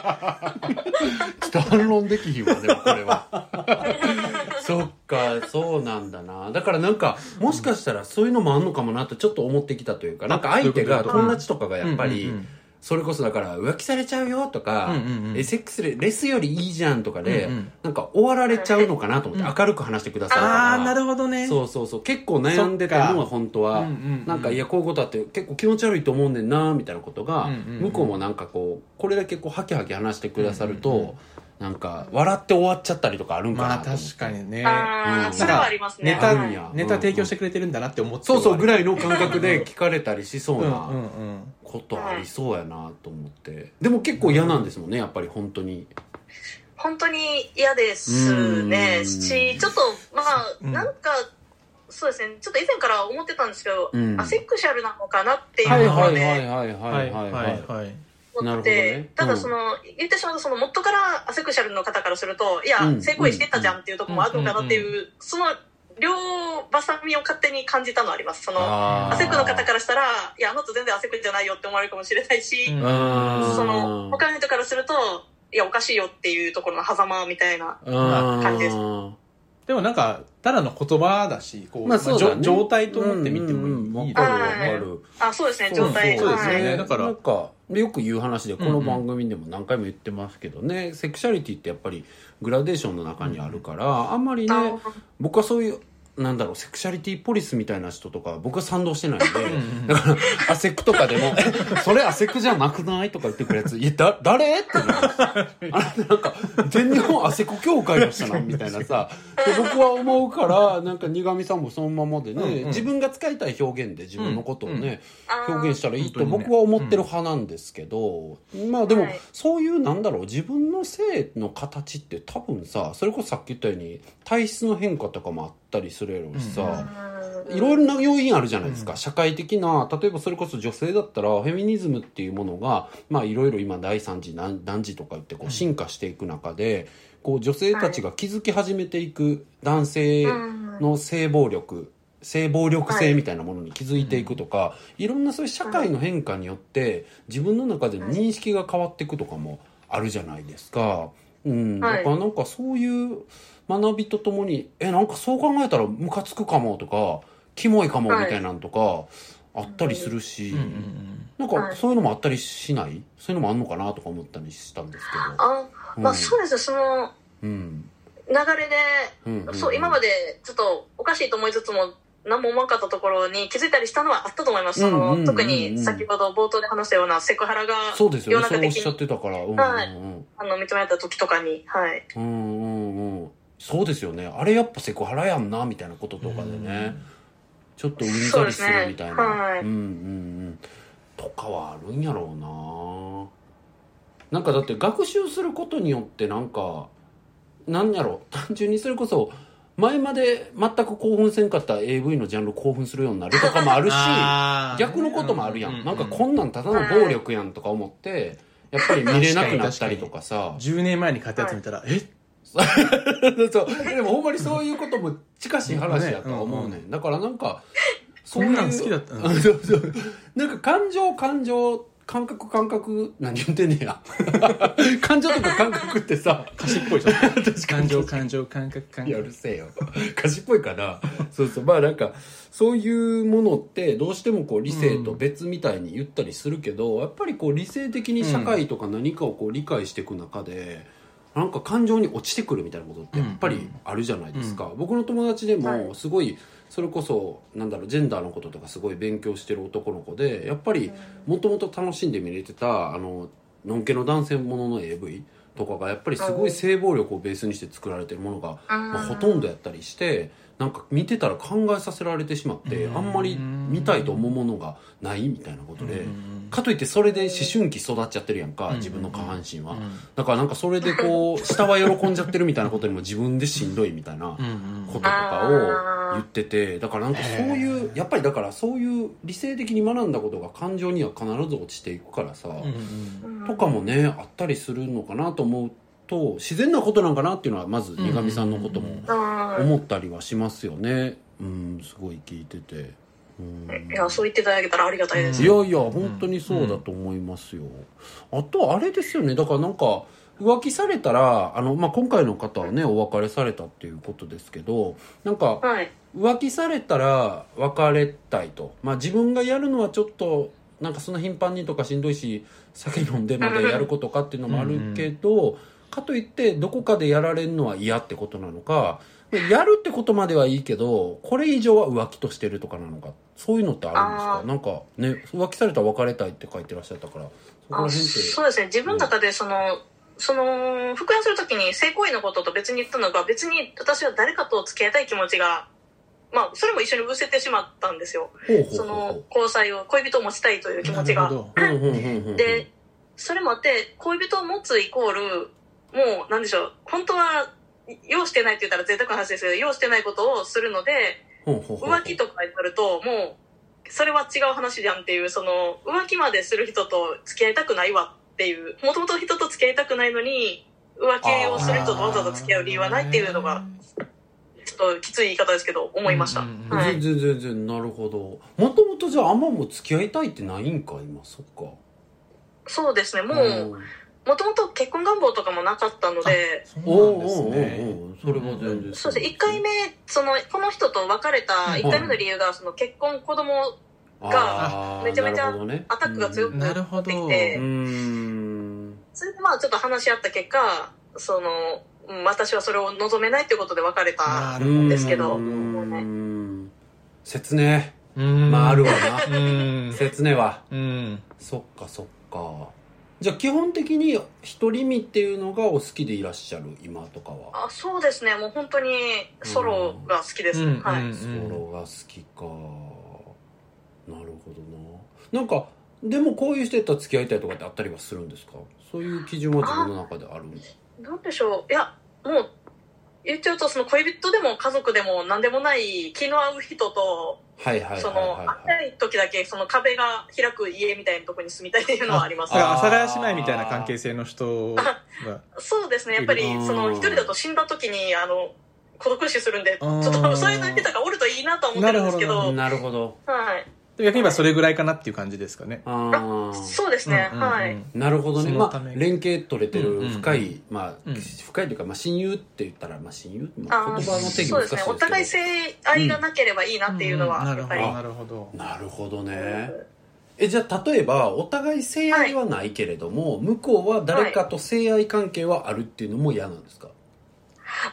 Speaker 2: っと反論できひんわでもこれ
Speaker 1: (laughs)
Speaker 2: はそっかそうなんだなだからなんかもしかしたらそういうのもあんのかもなとちょっと思ってきたというかなんか相手が
Speaker 1: そういうこと
Speaker 2: 友達とか (laughs) がやっぱ
Speaker 1: うんう
Speaker 2: り
Speaker 1: ん
Speaker 2: それこそだから浮気されちゃうよとか、
Speaker 1: うんうんうん
Speaker 2: えセックスレレスよりいいじゃんとかで、
Speaker 1: うんうん
Speaker 2: なんか終わられちゃうのかなと思って、
Speaker 1: うん
Speaker 2: 明るく話してくださいから
Speaker 1: ああ、なるほどね。
Speaker 2: そうそうそう結構悩んでたのは本当は、
Speaker 1: うんうんうん
Speaker 2: なんかいやこういうことあって結構気持ち悪いと思うねんなみたいなことが、
Speaker 1: うんうんうん
Speaker 2: 向こうもなんかこうこれだけこうハキハキ話してくださると、
Speaker 1: うんうんうん
Speaker 2: なんか笑って終わっちゃったりとかあるんかな
Speaker 1: まあ
Speaker 2: と思って
Speaker 1: 確かにね。
Speaker 3: あ
Speaker 2: うん
Speaker 3: あ、それはありますね。
Speaker 1: ネタ
Speaker 2: あるんや
Speaker 1: ネタ提供してくれてるんだなって思って
Speaker 2: そうそうぐ
Speaker 1: い
Speaker 2: らいの感覚で聞かれたりしそううん
Speaker 1: うん
Speaker 2: な
Speaker 1: うん
Speaker 2: ことありそうやなと思ってでも結構嫌なんですもんねやっぱり本当に
Speaker 3: 本当に嫌です
Speaker 2: う
Speaker 3: ね。
Speaker 2: ん
Speaker 3: し、ちょっと、まあ、
Speaker 1: うん
Speaker 3: なんか、そうですね。ちょっと以前から思ってたんですけど、
Speaker 2: うん
Speaker 3: アセクシャルなのかなっていう
Speaker 1: は
Speaker 3: とこ
Speaker 2: は
Speaker 3: ろ
Speaker 2: い
Speaker 3: で、
Speaker 2: はいはいはいはいはい
Speaker 1: はい
Speaker 2: なる
Speaker 3: 思
Speaker 2: ほ
Speaker 3: っ
Speaker 2: ど
Speaker 3: て、
Speaker 2: ね
Speaker 3: ただその、言ってしまうとその元からアセクシャルの方からするといや、
Speaker 2: うん
Speaker 3: 性行為してたじゃんっていうところもあるのかなっていう、
Speaker 1: う
Speaker 3: その両バサミを勝手に感じたのはありますその
Speaker 2: あー
Speaker 3: アセクの方からしたらいやあの人全然アセクじゃないよって思われるかもしれないし、
Speaker 1: うん
Speaker 2: うん
Speaker 3: その他の人からするといやおかしいよっていうところの狭間みたいな
Speaker 2: うん
Speaker 3: 感じです
Speaker 1: でもなんかただの言葉だしこう、
Speaker 2: ま
Speaker 1: ま
Speaker 2: あ
Speaker 1: あ
Speaker 2: そうだね
Speaker 1: じょ状態と思って見てもいい,、
Speaker 2: うんうんうんわ
Speaker 1: だ
Speaker 2: かる
Speaker 1: ろう
Speaker 2: わ
Speaker 1: ね
Speaker 2: かる
Speaker 3: あそうですね
Speaker 1: そう
Speaker 3: 状態
Speaker 1: そうですね
Speaker 3: はい
Speaker 1: だから
Speaker 2: なんかよく言う話でこ
Speaker 1: うん
Speaker 2: の
Speaker 1: うん
Speaker 2: 番組でも何回も言ってますけどね、セクシャリティってやっぱりグラデーションの中にあるから、あんまりね僕はそういうなんだろうセクシャリティポリスみたいな人とか僕は賛同してないんで
Speaker 1: んうん
Speaker 2: だから (laughs) アセクとかでも「えそれアセクじゃなくない?」とか言ってくるやつ「いやだ誰?」ってなるあなたなんか全日本アセコ協会の人なんみたいなさで僕は思うからなんか苦味さんもそのままでね、
Speaker 1: うんうん
Speaker 2: 自分が使いたい表現で自分のことをね、
Speaker 3: あー
Speaker 2: 表現したらいいと
Speaker 1: 本当にね
Speaker 2: 僕は思ってる派なんですけど、まあでも、
Speaker 3: はい
Speaker 2: そういうなんだろう自分の性の形って多分さそれこそさっき言ったように体質の変化とかもあったりするやろうしさ、
Speaker 3: うん
Speaker 2: いろいろな要因あるじゃないですか、
Speaker 1: うん
Speaker 2: 社会的な例えばそれこそ女性だったらフェミニズムっていうものがまあいろいろ今第3次何何次とか言ってこ
Speaker 1: うん
Speaker 2: う進化していく中で、こう女性たちが気づき始めていく男性
Speaker 3: うん
Speaker 2: の性暴力性暴力性みたいなものに気づいていくとか、い、ろんなそういう社会の変化によって自分の中での認識が変わっていくとかもあるじゃないですか。うん、
Speaker 3: はい
Speaker 2: だからなんかそういう学びとともにえなんかそう考えたらムカつくかもとかキモいかもみたいなんとかあったりするし、
Speaker 1: うんうんうん
Speaker 2: なん
Speaker 3: は
Speaker 2: か
Speaker 3: い
Speaker 2: そういうのもあったりしないそういうのもあんのかなとか思ったりしたんですけど。
Speaker 3: あまあそうですねその
Speaker 2: うん
Speaker 3: 流れで
Speaker 2: うんうん
Speaker 3: そう、今までちょっとおかしいと思いつつも、何も思わなかったところに気づいたりしたのはあったと思います。そ
Speaker 2: うんうんうんう
Speaker 3: の
Speaker 2: ん
Speaker 3: 特に先ほど冒頭で話したようなセクハラが、
Speaker 2: そうですよね
Speaker 3: 世の
Speaker 2: そ
Speaker 3: 中
Speaker 2: れおっ
Speaker 3: 的に
Speaker 2: しゃってたから、うんうんうん
Speaker 3: はいあの、認められた時とかに、はい。
Speaker 2: うんうんうんそうですよねあれやっぱセクハラやんなみたいなこととかでね、ちょっとうんざりするみたいな
Speaker 3: そうですねはい
Speaker 2: うんうんうんとかはあるんやろうななんかだって学習することによってなんかなんやろう単純にそれこそ前まで全く興奮せんかった AV のジャンル興奮するようになるとかもあるし
Speaker 1: (laughs) あー
Speaker 2: 逆のこともあるやん、
Speaker 1: ううう
Speaker 2: なんかこんなんただの暴力やんとか思ってやっぱり見れなくなったりとかさ
Speaker 1: 10年前に買ったやつ見たら、え
Speaker 2: そうでもほんまにそういうことも近しい話やとは思うねんだからなんか
Speaker 1: そんなん好きだった
Speaker 2: のそうそうなんか感情感情感覚感覚何言ってんねや (laughs) 感情とか感覚ってさ
Speaker 1: 歌詞っ
Speaker 2: (laughs)
Speaker 1: ぽいじゃん感情感情感覚感
Speaker 2: いやう
Speaker 1: 覚
Speaker 2: るせえよ (laughs) 歌詞っぽいかなそうそうまあなんかそういうものってどうしてもこう理性と別みたいに言ったりするけど、やっぱりこう理性的に社会とか何かをこう理解していく中で、なんか感情に落ちてくるみたいなことってやっぱりあるじゃないですか、僕の友達で
Speaker 3: はい
Speaker 2: もすごいそれこそなんだろうジェンダーのこととかすごい勉強してる男の子でやっぱりもともと楽しんで見れてたあののんけの男性ものの AV とかがやっぱりすごい性暴力をベースにして作られてるものが、まあ、ほとんどやったりしてなんか見てたら考えさせられてしまって
Speaker 1: うん
Speaker 2: あんまり見たいと思うものがないみたいなことで
Speaker 1: うん
Speaker 2: かといってそれで思春期育っちゃってるやんか
Speaker 1: うん
Speaker 2: 自分の下半身は
Speaker 1: うん
Speaker 2: だからなんかそれでこう下は喜んじゃってるみたいなことにも自分でしんどいみたいな
Speaker 1: うんうん
Speaker 2: こととかを言っててだからなんかそういうやっぱりだからそういう理性的に学んだことが感情には必ず落ちていくからさ、
Speaker 1: うんうん
Speaker 3: うん
Speaker 2: とかもねあったりするのかなと思うと自然なことなんかなっていうのはまず
Speaker 1: ん
Speaker 2: 三上さんのことも
Speaker 3: うん
Speaker 2: 思ったりはしますよねうんすごい聞いててうん
Speaker 3: いやそう言っていただけたらありがたいです
Speaker 2: いやいや本当にそうだと思いますよ、あとあれですよねだからなんか浮気されたらあの、まあ、今回の方はねお別れされたっていうことですけどなんか
Speaker 3: はい
Speaker 2: 浮気されたら別れたいと、まあ、自分がやるのはちょっとなんかそんな頻繁にとかしんどいし酒飲んでまでやることかっていうのもあるけど、かといってどこかでやられるのは嫌ってことなのかやるってことまではいいけどこれ以上は浮気としてるとかなのかそういうのってあるんですか
Speaker 3: あー
Speaker 2: なんかね浮気されたら別れたいって書いてらっしゃったからそこら
Speaker 3: あ
Speaker 2: 辺って
Speaker 3: そうですね自分の中でそのその復縁するときに性行為のことと別に言ったのが別に私は誰かと付き合いたい気持ちがまあそれも一緒にぶせてしまったんですよ
Speaker 2: ほうほう
Speaker 3: そ
Speaker 2: ほうほ
Speaker 3: の
Speaker 2: う
Speaker 3: 交際を恋人を持ちたいという気持ち
Speaker 1: な
Speaker 3: が
Speaker 1: るほど
Speaker 2: ほうほうほうほうほう
Speaker 3: でそれもあって恋人を持つイコールもうなんでしょう本当は用してないって言ったら贅沢な話ですけど用してないことをするので
Speaker 2: ほうほうほう
Speaker 3: 浮気とかになるともうそれは違う話じゃんっていうその浮気までする人と付き合いたくないわっていうもともと人と付き合いたくないのに浮気をする人とわざわざ付き合う理由はないっていうのがちょっときつい言い方ですけど思いました、
Speaker 1: うんうんうん
Speaker 3: はい
Speaker 2: 全然全然なるほどもともとじゃああんまもう付き合いたいってないんか今そっか
Speaker 3: そうですねも
Speaker 2: ん
Speaker 3: うもともと結婚願望とかもなかったので
Speaker 2: おう
Speaker 1: そ
Speaker 2: おうおう
Speaker 1: うなんですね
Speaker 2: おうそれは全然
Speaker 3: そうですね1回目そのこの人と別れた
Speaker 1: はい
Speaker 3: 1回目の理由がその結婚子供
Speaker 2: あー
Speaker 3: めちゃめちゃ
Speaker 2: なるほどね
Speaker 3: アタックが強く
Speaker 1: なるほど
Speaker 3: 持ってき
Speaker 2: う
Speaker 3: て
Speaker 2: ん
Speaker 3: それでまあちょっと話し合った結果そのうん私はそれを望めないってことで別れた
Speaker 1: な
Speaker 2: う
Speaker 1: る
Speaker 2: ん
Speaker 1: ほど
Speaker 3: ですけど
Speaker 2: うん説明
Speaker 1: うん
Speaker 2: まああるわ
Speaker 1: うん
Speaker 2: な説明は
Speaker 1: うん
Speaker 2: そっかそっかじゃあ基本的に独り身っていうのがお好きでいらっしゃる今とかは
Speaker 3: あそうですねもう本当にソロが好きです、
Speaker 1: うん
Speaker 3: はい、
Speaker 1: うん
Speaker 2: ソロが好きかなるほどななんかでもこういう人やったら付き合いたいとかってあったりはするんですかそういう基準は自分の中であるんです
Speaker 3: なんでしょういやもう言っちゃうとその恋人でも家族でも何でもない気の合う人と
Speaker 2: はいはいはい
Speaker 3: そ
Speaker 2: は
Speaker 3: の会い
Speaker 2: いはい
Speaker 3: たい時だけその壁が開く家みたいなとこに住みたいっていうのはあります
Speaker 1: だから阿
Speaker 2: あ
Speaker 1: 佐ヶ谷姉妹みたいな関係性の人が
Speaker 3: そうですねやっぱり
Speaker 2: うん
Speaker 3: その一人だと死んだ時にあの孤独死するんでちょっ
Speaker 1: う
Speaker 3: と
Speaker 1: ん
Speaker 3: そういうの言ってたがおるといいなとは思ってるんですけ
Speaker 1: なる
Speaker 3: ど
Speaker 2: なるほど
Speaker 3: はい
Speaker 1: で逆に言えばそれぐらいかなっていう感じですかね
Speaker 2: ああ
Speaker 3: そうですね、
Speaker 1: うんうんうん
Speaker 3: はい
Speaker 2: なるほどね、
Speaker 1: その
Speaker 2: ま
Speaker 1: た
Speaker 2: あ
Speaker 1: め、に
Speaker 2: 連携取れて
Speaker 1: うんうん
Speaker 2: る
Speaker 1: うん
Speaker 2: 深い、まあ、
Speaker 1: うん
Speaker 2: 深いというか、まあ、親友って言ったら、まあ、親友、まあ、
Speaker 3: あー
Speaker 2: 言葉の定義
Speaker 3: そう
Speaker 2: 難しいです
Speaker 3: です
Speaker 2: け
Speaker 3: ね
Speaker 2: ど
Speaker 3: お互い性愛がなければいいなっていうのは
Speaker 1: ん
Speaker 3: や
Speaker 1: ん
Speaker 3: っぱり、
Speaker 1: なるほど
Speaker 2: なるほどねえじゃあ例えばお互い性愛はないけれども、向こうは誰かと性愛関係はあるっていうのも嫌なんですか、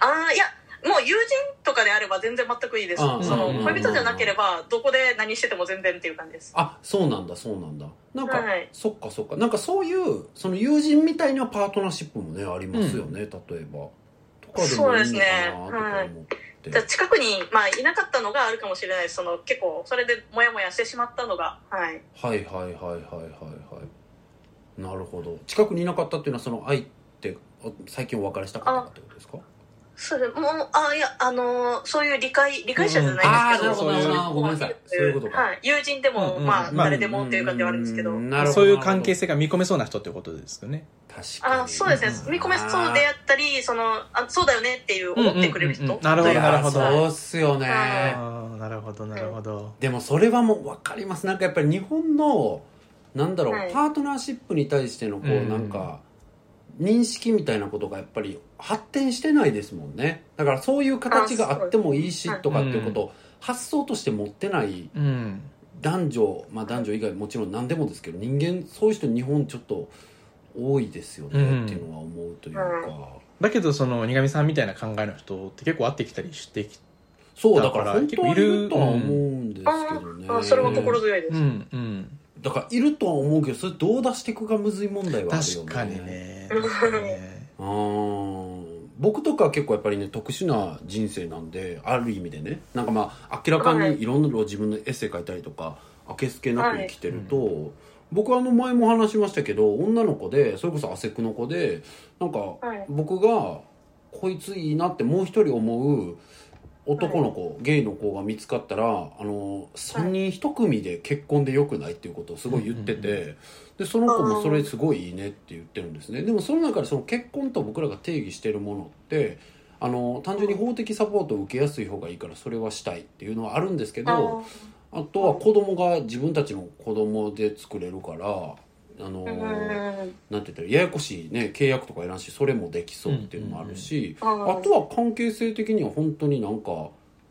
Speaker 3: ああいやもう友人とかであれば全然全くいいです
Speaker 2: あー
Speaker 3: その
Speaker 1: うんうんうん
Speaker 3: 恋人じゃなければどこで何してても全然っていう感じです
Speaker 2: あそうなんだそうなんだなんか、
Speaker 3: はい
Speaker 2: そっかそっかなんかそういうその友人みたいなパートナーシップもねありますよね、例えばとかでもいいのかなとか思って、
Speaker 3: じゃあ近くに、まあ、いなかったのがあるかもしれないですその結構それでモヤモヤしてしまったのがはい
Speaker 2: はいはいはいはいはいはいなるほど近くにいなかったっていうのはその愛って最近お別れした方ってことですか
Speaker 3: それもうあいやあのーそういう理解理解者じゃないですけ
Speaker 1: う
Speaker 3: ど、
Speaker 1: んあーなるほどな
Speaker 2: ごめんなさいそういうことか
Speaker 3: はい、友人でも、
Speaker 1: うんうん
Speaker 3: まあ
Speaker 1: まあ
Speaker 3: 誰でもっていう感じはあるんですけど、
Speaker 2: なるほど
Speaker 1: そういう関係性が見込めそうな人ってことですよね
Speaker 2: 確かに
Speaker 3: あそうですね見込めそうであったりそのあそうだよねっていう思ってくれる人、
Speaker 1: うんうんうんなるほど
Speaker 2: いや
Speaker 1: なるほ
Speaker 2: そう
Speaker 1: ど
Speaker 2: っすよね、
Speaker 3: は
Speaker 1: あーなるほどなるほど
Speaker 2: でもそれはもう分かりますなんかやっぱり日本のなんだろう、
Speaker 3: はい
Speaker 2: パートナーシップに対してのこう、
Speaker 1: うん
Speaker 2: なんか認識みたいなことがやっぱり発展してないですもんねだからそういう形が
Speaker 3: あそう
Speaker 2: あってもいいし
Speaker 3: はい
Speaker 2: とかっていうことを発想として持ってない
Speaker 1: うん
Speaker 2: 男女まあ男女以外もちろん何でもですけど人間そういう人日本ちょっと多いですよ
Speaker 1: う
Speaker 2: ね
Speaker 1: ん
Speaker 2: っていうのは思うというか、
Speaker 1: だけどその二上さんみたいな考えの人って結構会ってきたりしてき
Speaker 2: そうだ
Speaker 1: だ
Speaker 2: か
Speaker 1: から
Speaker 2: ら本当はいるとは思
Speaker 1: 結構いる
Speaker 2: うんですけどね、
Speaker 3: あそれは心強いです、
Speaker 1: うんうん
Speaker 2: だからいるとは思うけどそれどう出していくかむずい問題はあるよね
Speaker 1: 確 (laughs) かにね
Speaker 3: うん
Speaker 1: 確かにね
Speaker 2: うあー僕とか結構やっぱりね特殊な人生なんである意味でねなんかまあ明らか
Speaker 3: は
Speaker 2: に
Speaker 3: い
Speaker 2: いろんなのを自分のエッセイ書いたりとかあけすけなく生きてると、僕はあの前も話しましたけど女の子でそれこそアセクの子でなんか
Speaker 3: はい
Speaker 2: 僕がこいついいなってもう一人思う男の子、ゲイの子が見つかったらあの3人1組で結婚でよくないっていうことをすごい言ってて、
Speaker 1: うんう
Speaker 2: でその子もそれすごいいいねって言ってるんですねでもその中でその結婚と僕らが定義してるものってあの単純に法的サポートを受けやすい方がいいからそれはしたいっていうのはあるんですけ
Speaker 3: あ
Speaker 2: ど
Speaker 3: ー
Speaker 2: あとは子供が自分たちの子供で作れるからあの、
Speaker 3: うん
Speaker 2: なんて言ったらややこしいね契約とかいらんしそれもできそうっていうのもあるし、
Speaker 3: うんうんうんあー
Speaker 2: あとは関係性的には本当になんか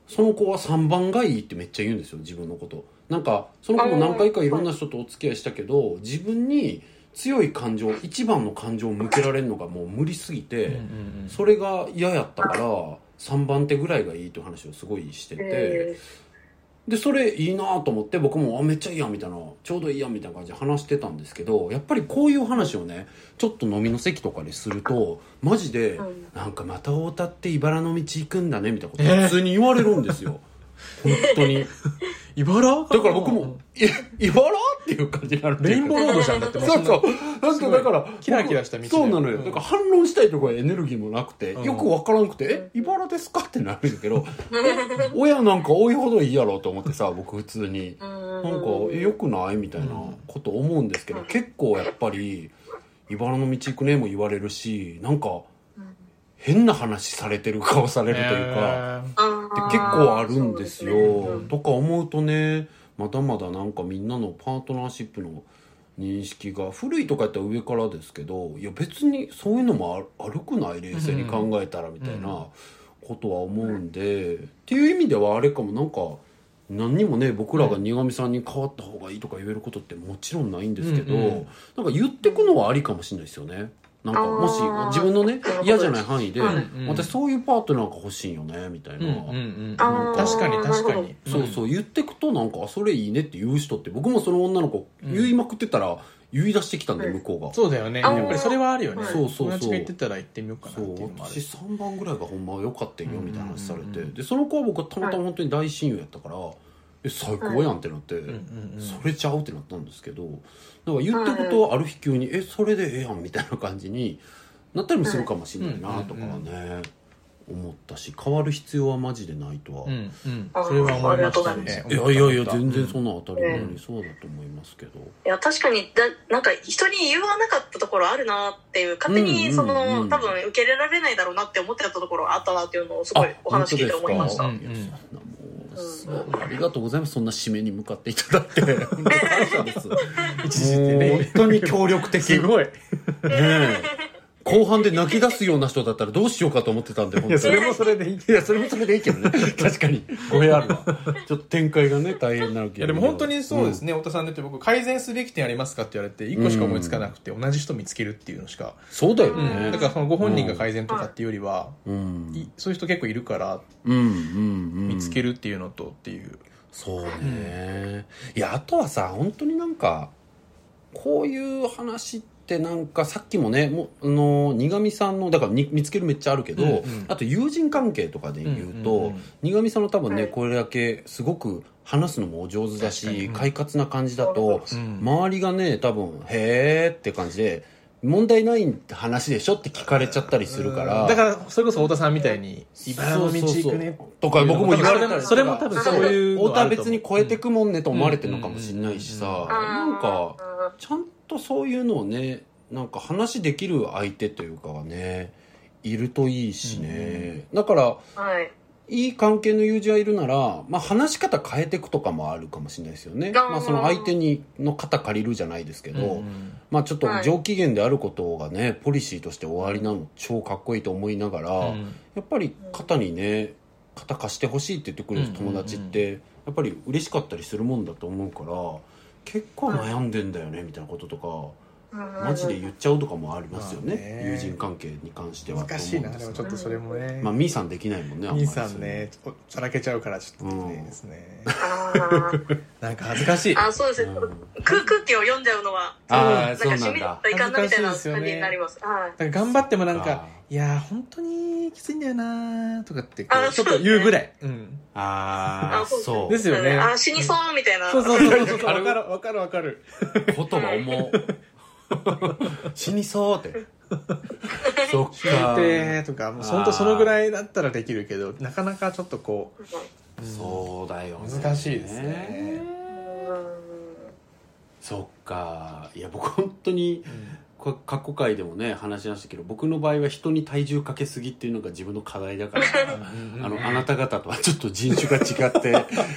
Speaker 2: その子は3番がいいってめっちゃ言うんですよ自分のことなんかその子も何回かいろんな人とお付き合いしたけど自分に強い感情一番の感情を向けられるのがもう無理すぎて、
Speaker 1: うんうんうん
Speaker 2: それが嫌やったから3番手ぐらいがいいという話をすごいしてて、
Speaker 3: え
Speaker 2: でそれいいなと思って僕もあめっちゃいいやんみたいなちょうどいいやんみたいな感じで話してたんですけどやっぱりこういう話をねちょっと飲みの席とかでするとマジで、
Speaker 3: うん
Speaker 2: なんかまた太田って茨の道行くんだねみたいなこと
Speaker 1: えー
Speaker 2: 普通に言われるんです
Speaker 1: (laughs)
Speaker 2: よ、本当に
Speaker 1: 茨
Speaker 2: だから僕も「え茨?」っていう感じになるってい
Speaker 1: レイ
Speaker 2: う
Speaker 1: ン
Speaker 2: か
Speaker 1: ボーロードじゃんだっても
Speaker 2: そうそうなん
Speaker 1: すご
Speaker 2: かだ
Speaker 1: い
Speaker 2: から
Speaker 1: キラキラした道で
Speaker 2: そうなのよ、
Speaker 1: うん
Speaker 2: だから反論したいとこはエネルギーもなくて、
Speaker 1: うん
Speaker 2: よくわからんくて「え茨ですか?」ってなるんだけど (laughs) え親なんか多いほどいいやろと思ってさ僕普通に。
Speaker 3: うん
Speaker 2: なんかえ良くないみたいなこと思うんですけど、
Speaker 3: うん
Speaker 2: 結構やっぱり「茨の道行くね」も言われるしなんか変な話されてる顔されるというか、
Speaker 1: えー
Speaker 3: あ
Speaker 2: で
Speaker 3: ー
Speaker 2: 結構あるんですよ
Speaker 3: そうねうん
Speaker 2: とか思うとねまだまだなんかみんなのパートナーシップの認識が古いとかやったら上からですけどいや別にそういうのもある悪くない冷静に考えたらみたいな
Speaker 1: うん
Speaker 2: ことは思うんで、っていう意味ではあれかもなんか何にもね僕らが苦味さんに変わった方がいいとか言えることってもちろんないんですけど、
Speaker 1: うんうん
Speaker 2: なんか言ってくのはありかもしれないですよね。なんか
Speaker 3: あー
Speaker 2: もし自分のね
Speaker 3: なるほど
Speaker 2: 嫌じゃない範囲で、
Speaker 3: はい
Speaker 1: うん
Speaker 2: 私そういうパートナーが欲しいよねみたい
Speaker 1: うん
Speaker 2: な、
Speaker 1: うんうん
Speaker 3: あー
Speaker 1: 確かに確か
Speaker 3: なるほ
Speaker 1: に
Speaker 2: そうそう言ってくとなんかあそれいいねって言う人って僕もその女の子
Speaker 1: うん
Speaker 2: 言いまくってたら言い出してきたんで
Speaker 3: うん
Speaker 2: 向こうが、
Speaker 1: そうだよね
Speaker 3: あ
Speaker 1: や
Speaker 3: ー
Speaker 1: っぱりそれはあるよね
Speaker 3: はい
Speaker 2: そうそうそう
Speaker 1: 友達が言ってたら行ってみようかな
Speaker 2: そ
Speaker 1: っていう
Speaker 2: う
Speaker 1: のもある
Speaker 2: 私3番ぐらいがほんま良かったよみたいな話されて、
Speaker 1: うん
Speaker 2: でその子は僕はたまたま本当に大親友やったから、え最高やんってなって、
Speaker 1: うんうんうん
Speaker 2: それちゃうってなったんですけどなんか言ってくとある日急に「えそれでええやん」みたいな感じになったりもするかもしれないなとかはね、思ったし変わる必要はマジでないとは、
Speaker 1: う
Speaker 2: い
Speaker 1: んうん
Speaker 3: あー
Speaker 1: それは思いましたね
Speaker 3: あ
Speaker 2: やいやいや全然
Speaker 1: な
Speaker 2: そんな当たり前にそうだと思いますけど、
Speaker 3: いや確かにだなんか人に言わなかったところあるなっていう勝手
Speaker 2: うんうんうん
Speaker 3: にその、多分受け入れられないだろうなって思ってたところあったなっていうのをすごいお話聞いて思いました
Speaker 1: う
Speaker 2: い
Speaker 1: ん
Speaker 2: や
Speaker 1: う
Speaker 2: そんなもう
Speaker 1: ん
Speaker 2: そうありがとうございますそんな締めに向かっていただいて本当に (laughs) 感謝ですも
Speaker 1: 一時で
Speaker 2: う本
Speaker 1: ね
Speaker 2: 当に協力的
Speaker 1: すごい
Speaker 2: ねえ後半で泣き出すような人だったらどうしようかと思ってたんで本当に
Speaker 1: いやそれもそれでいい
Speaker 2: いやそれもそれでいいけどね (laughs) 確かに語弊あるわちょっと展開がね大変になるけど
Speaker 1: いやでも本当にそうですね、太田さんだって僕改善すべき点ありますかって言われて1個しか思いつかなくて同じ人見つけるっていうのしか、
Speaker 2: うんそうだよ
Speaker 3: う
Speaker 2: ね
Speaker 3: ん
Speaker 1: だからそのご本人が改善とかっていうよりは、
Speaker 2: うん
Speaker 1: いそういう人結構いるから
Speaker 2: うんうんうん
Speaker 1: 見つけ
Speaker 2: る
Speaker 1: るっていうのとっていう、
Speaker 2: そうねいやあとはさ本当になんかこういう話ってなんかさっきもねもうあの苦味さんのだからに見つけるめっちゃあるけど、
Speaker 1: うんうん
Speaker 2: あと友人関係とかで言うと、
Speaker 1: うんうんうん
Speaker 2: 苦味さんの多分ね、
Speaker 3: はい
Speaker 2: これだけすごく話すのもお上手だ
Speaker 1: 確かに
Speaker 2: し、
Speaker 1: うん
Speaker 2: 快活な感じだと、
Speaker 1: うん
Speaker 2: 周りがね多分「へーって感じで「問題ないって話でしょ?」って聞かれちゃったりするから、
Speaker 1: うんだからそれこそ太田さんみたいに「茨の道行くね」っていうの
Speaker 2: とか僕も言われたりとか
Speaker 1: それも多分そういうの
Speaker 2: 太田
Speaker 1: あ
Speaker 2: は
Speaker 1: る
Speaker 2: 別
Speaker 1: と思う
Speaker 2: に超えてくもんねと思われてるのかもしれないしさ、
Speaker 1: うんうんうんうん
Speaker 2: なんか
Speaker 3: あ
Speaker 2: ちゃんとそういうのをねなんか話できる相手というかはねいるといいしね、だから
Speaker 3: ーはい
Speaker 2: いい関係の友人がいるなら、まあ、話し方変えていくとかもあるかもしれないですよね、
Speaker 3: あー
Speaker 2: まあ、その相手にの肩借りるじゃないですけど、
Speaker 1: うん
Speaker 2: まあ、ちょっと
Speaker 3: はい
Speaker 2: 上機嫌であることがね、ポリシーとして終わりなの超かっこいいと思いながら、
Speaker 1: うん
Speaker 2: やっぱり肩にね肩貸してほしいって言ってくれる友達って、やっぱり嬉しかったりするもんだと思うから結構悩んでんだよねみたいなこととかマジで言っちゃうとかもありますよね,、
Speaker 1: まあね
Speaker 2: 友人関係に関しては
Speaker 1: 難しいな
Speaker 2: と
Speaker 1: で
Speaker 2: 思う
Speaker 1: も
Speaker 2: ん
Speaker 1: ちょっとそれもね、
Speaker 2: まあミーさんできないもんねあんまり
Speaker 1: 兄さんねちょっとさらけちゃうからちょっとね
Speaker 2: うん
Speaker 1: ですね、
Speaker 3: あー
Speaker 1: なんか恥ずかしい
Speaker 3: あそうです
Speaker 2: う
Speaker 3: ね
Speaker 2: ん
Speaker 3: ちょっと空空気を読んじゃうのは
Speaker 2: あ
Speaker 3: な
Speaker 2: あ
Speaker 3: ん
Speaker 2: そ
Speaker 3: か
Speaker 2: う
Speaker 3: し
Speaker 2: なん
Speaker 3: み
Speaker 2: だ
Speaker 3: ったいかんなみたいな
Speaker 1: 恥ずかしいですよ
Speaker 3: 感
Speaker 1: ね
Speaker 3: じになりますはい
Speaker 1: なんか頑張ってもなん
Speaker 2: そっ
Speaker 1: か
Speaker 2: か
Speaker 1: 「いやー本当にきついんだよなー」とかってこう
Speaker 3: あ
Speaker 1: ちょ
Speaker 3: そ
Speaker 1: っ
Speaker 3: う
Speaker 1: と言うぐらい、うん、
Speaker 2: ああ
Speaker 3: あそうですね
Speaker 2: そう
Speaker 1: ですよね
Speaker 3: あー死にそうみたいな
Speaker 1: そうそうそうそ
Speaker 2: わ
Speaker 1: う
Speaker 2: かる
Speaker 1: 分かる分かる分かる
Speaker 2: 言葉
Speaker 1: (laughs)
Speaker 2: 重う死にそうってそっか
Speaker 1: でーとかもう本当そのぐらいだったらできるけどなかなかちょっとこう、うん
Speaker 2: そうだよ、ね、
Speaker 1: 難しいですね
Speaker 2: そっかいや僕本当に
Speaker 1: うん
Speaker 2: こ過去回でもね話しましたけど僕の場合は人に体重かけすぎっていうのが自分の課題だからあのあなた方とはちょっと人種が違って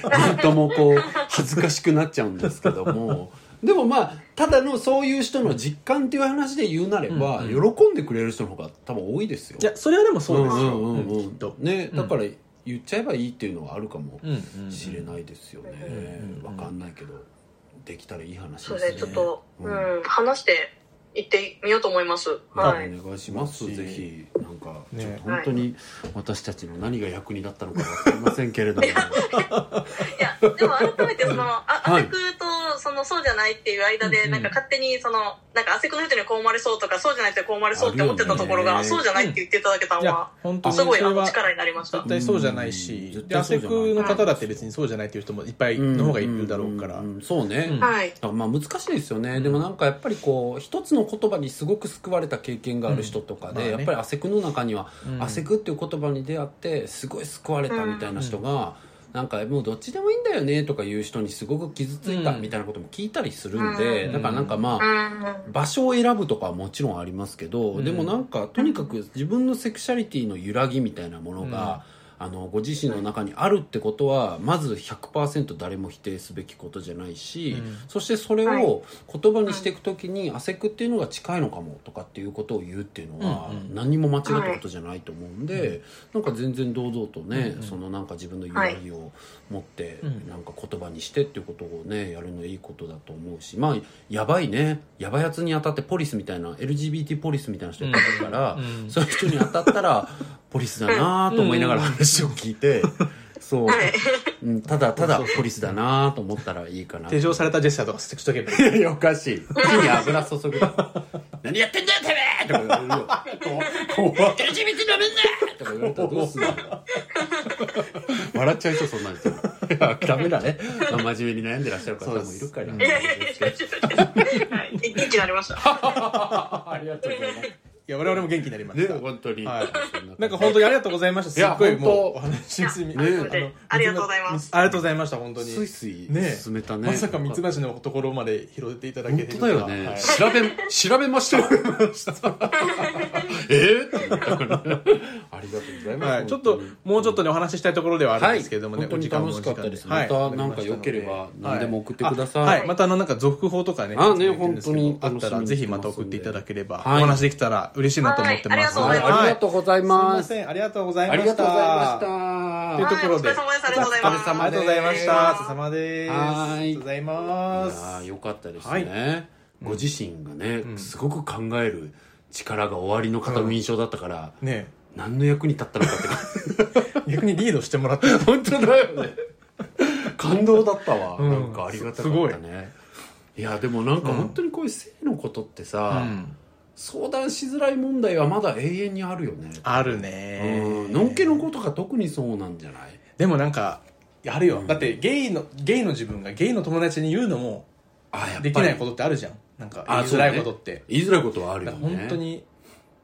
Speaker 2: なんともこう恥ずかしくなっちゃうんですけどもでもまあただのそういう人の実感っていう話で言うなれば、
Speaker 1: うんう
Speaker 2: 喜んでくれる人の方が多分多いですよ
Speaker 1: いやそれはでもそうですよ、
Speaker 2: んんうんうん
Speaker 1: きっと、
Speaker 2: ね
Speaker 1: うん
Speaker 2: だから言っちゃえばいいっていうのはあるかも
Speaker 1: うんうん、
Speaker 2: しれないですよね
Speaker 1: うんうん
Speaker 2: わかんないけどできたらいい話
Speaker 3: そ
Speaker 2: で
Speaker 3: う
Speaker 2: す
Speaker 3: で
Speaker 2: ね
Speaker 3: すねちょっと、
Speaker 2: う
Speaker 3: うんん、話していってみようと思います。
Speaker 2: お
Speaker 3: はい。
Speaker 2: 願いします、
Speaker 1: はい
Speaker 2: ぜひなんか
Speaker 1: ね
Speaker 2: ちょっと本当に私たちの何が役に立ったのか分かりませんけれど
Speaker 1: (laughs)
Speaker 2: も
Speaker 3: いや、でも改めてその、あ、
Speaker 2: は
Speaker 3: ア
Speaker 2: い
Speaker 3: セクと、その、そうじゃないっていう間
Speaker 1: うんう
Speaker 3: で、
Speaker 1: ん
Speaker 3: なんか勝手に、その、なんかアセクの人にはこう思われそうとか、そうじゃない人にはこう思われそうって思ってたところ
Speaker 2: あ
Speaker 3: が、
Speaker 2: るよね
Speaker 3: そうじゃないって言っていただけた
Speaker 1: い
Speaker 3: の
Speaker 1: や
Speaker 3: は、
Speaker 1: 本当に
Speaker 3: すごい、あ
Speaker 1: それ
Speaker 3: の、
Speaker 1: は
Speaker 3: 力になりました
Speaker 1: 絶。対そうじゃない
Speaker 2: うん
Speaker 1: し
Speaker 2: 絶
Speaker 1: でア
Speaker 2: 対そう
Speaker 1: セ
Speaker 2: じゃない
Speaker 1: クの方だって別にそうじゃないっていう人もいっぱいの方がいるだろうから、
Speaker 2: んんんそうね、
Speaker 1: うん
Speaker 2: だか
Speaker 3: はい。
Speaker 2: らまあ難しいですよね、でもなんかやっぱりこう一つの言葉にすごく救われた経験がある人とかで、
Speaker 1: うんまあね
Speaker 2: やっぱりアセクの中には
Speaker 1: うん
Speaker 2: アセクっていう言葉に出会ってすごい救われたみたいな人が、なんかもうどっちでもいいんだよねとかいう人にすごく傷ついた
Speaker 1: うん
Speaker 2: みたいなことも聞いたりするんで、
Speaker 1: うん
Speaker 2: だからなんかまあ、
Speaker 3: うん。
Speaker 2: 場所を選ぶとかはもちろんありますけど、
Speaker 1: うん
Speaker 2: でもなんかとにかく自分のセクシャリティの揺らぎみたいなものが、あのご自身の中にあるってことはまず100%誰も否定すべきことじゃないし、
Speaker 1: うん
Speaker 2: そしてそれ
Speaker 3: は
Speaker 2: を言葉にしていく時に、アセクっていうのが近いのかもとかっていうことを言うっていうのは、
Speaker 1: うんうん
Speaker 2: 何も間違ったことじゃないと思うんで、なんか全然堂々とね、
Speaker 1: うんうん
Speaker 2: そのなんか自分の揺らぎを持って、
Speaker 1: うん
Speaker 2: なんか言葉にしてっていうことをねやるのいいことだと思うしまあやばいねやばいやつに当たってポリスみたいな LGBT ポリスみたいな人がいるから、
Speaker 1: うん
Speaker 2: そういう人に当たった
Speaker 1: (laughs)
Speaker 2: らポリスだなと思いながら
Speaker 1: うん
Speaker 2: 話を聞いて、そう、
Speaker 3: はい。
Speaker 2: うんただただポリスだなと思ったらいいかな
Speaker 1: 手錠されたジェスチャーとかしてしとけばいい
Speaker 2: いやおかしい火に油注ぐ何やってんだよてめえとか言われるよ
Speaker 1: 怖っ
Speaker 2: LGBT 舐めんなとか言われたらどうすんの笑っちゃう人そんなにいやダメだね、まあ真面目に悩んでらっしゃる方もいるから
Speaker 1: そう
Speaker 3: いやいやいやいや、ちょっとはい。元気になりました。
Speaker 2: ありがとうござい
Speaker 1: いや我々も元気になりま
Speaker 2: ます。ね
Speaker 1: した、
Speaker 2: 本当に。
Speaker 1: はいなんか
Speaker 2: ほん
Speaker 1: 本当にありがとうございましたす
Speaker 2: いや
Speaker 1: っごいも
Speaker 2: 本
Speaker 1: う
Speaker 2: 当
Speaker 1: お話しすみ
Speaker 3: いや
Speaker 1: ね
Speaker 3: 本当にありがとうございます
Speaker 1: ありがとうございました本当に
Speaker 2: スイスイ
Speaker 1: ね
Speaker 2: 進めたね。
Speaker 1: まさかミツバチのところまで拾っていただけ
Speaker 2: 本
Speaker 1: て
Speaker 2: 当
Speaker 1: る
Speaker 2: だ
Speaker 1: と
Speaker 2: よ
Speaker 1: は
Speaker 2: ね。
Speaker 1: はい
Speaker 2: 調べ調べました。えーって言ったからねありがとうご (laughs) ざいます。
Speaker 1: はい、ちょっともうちょっとねお話ししたいところではあるん
Speaker 2: は
Speaker 1: で
Speaker 2: い、
Speaker 1: すけれどもね、
Speaker 2: 本当に
Speaker 1: お時間も
Speaker 2: 楽しかったです。
Speaker 1: お時間
Speaker 2: ま
Speaker 1: で
Speaker 2: た
Speaker 1: はい
Speaker 2: なんか良ければ何でも送ってくだ
Speaker 1: は
Speaker 2: さ
Speaker 1: い、
Speaker 2: い。
Speaker 1: またあのなんか続報とかね
Speaker 2: あね
Speaker 1: やってるんですけど
Speaker 2: 本当に
Speaker 1: あっ
Speaker 2: 楽しみにして
Speaker 1: たら
Speaker 2: ますんで
Speaker 1: ぜひまた送っていただければ、
Speaker 2: はい
Speaker 1: お話できたら嬉しいなと思ってます、
Speaker 3: はいありがとうございます
Speaker 1: は
Speaker 2: ありがとうござい
Speaker 1: すみ
Speaker 2: ま。
Speaker 1: ますせんありがとうございま
Speaker 2: あ
Speaker 1: した
Speaker 2: りがとうございました
Speaker 1: というと。ころで、
Speaker 3: はいお疲れ様ですありがとうございます
Speaker 1: あありがとうございました。お疲れ様です。
Speaker 2: はい
Speaker 1: ありがとうございま
Speaker 2: いやー
Speaker 1: す。
Speaker 2: よかったですね、
Speaker 1: はい
Speaker 2: ご自身がね、
Speaker 1: ん
Speaker 2: すごく考える力が終わりの方の印象だったから、
Speaker 1: ね
Speaker 2: 何の役に立ったのかって感
Speaker 1: え逆にリードしてもらって、
Speaker 2: じ (laughs) 本当だよね感動だったわ、
Speaker 1: うん
Speaker 2: なんかありがたかったねいやでもなんか本当にこういう性のことってさ、相談しづらい問題はまだ永遠にあるよね
Speaker 1: ある
Speaker 2: う
Speaker 1: ね
Speaker 2: ん。のんけの子とか特にそうなんじゃない
Speaker 1: でもなんか、あるよ、
Speaker 2: うん
Speaker 1: だってゲイの、ゲイの自分がゲイの友達に言うのも
Speaker 2: あやっぱり
Speaker 1: できないことってあるじゃん。なんか言
Speaker 2: あ
Speaker 1: い
Speaker 2: そ
Speaker 1: づ
Speaker 2: うね
Speaker 1: らいことって。
Speaker 2: 言いづらいことはある
Speaker 1: だ
Speaker 2: よ
Speaker 1: か
Speaker 2: ね
Speaker 1: ら本当に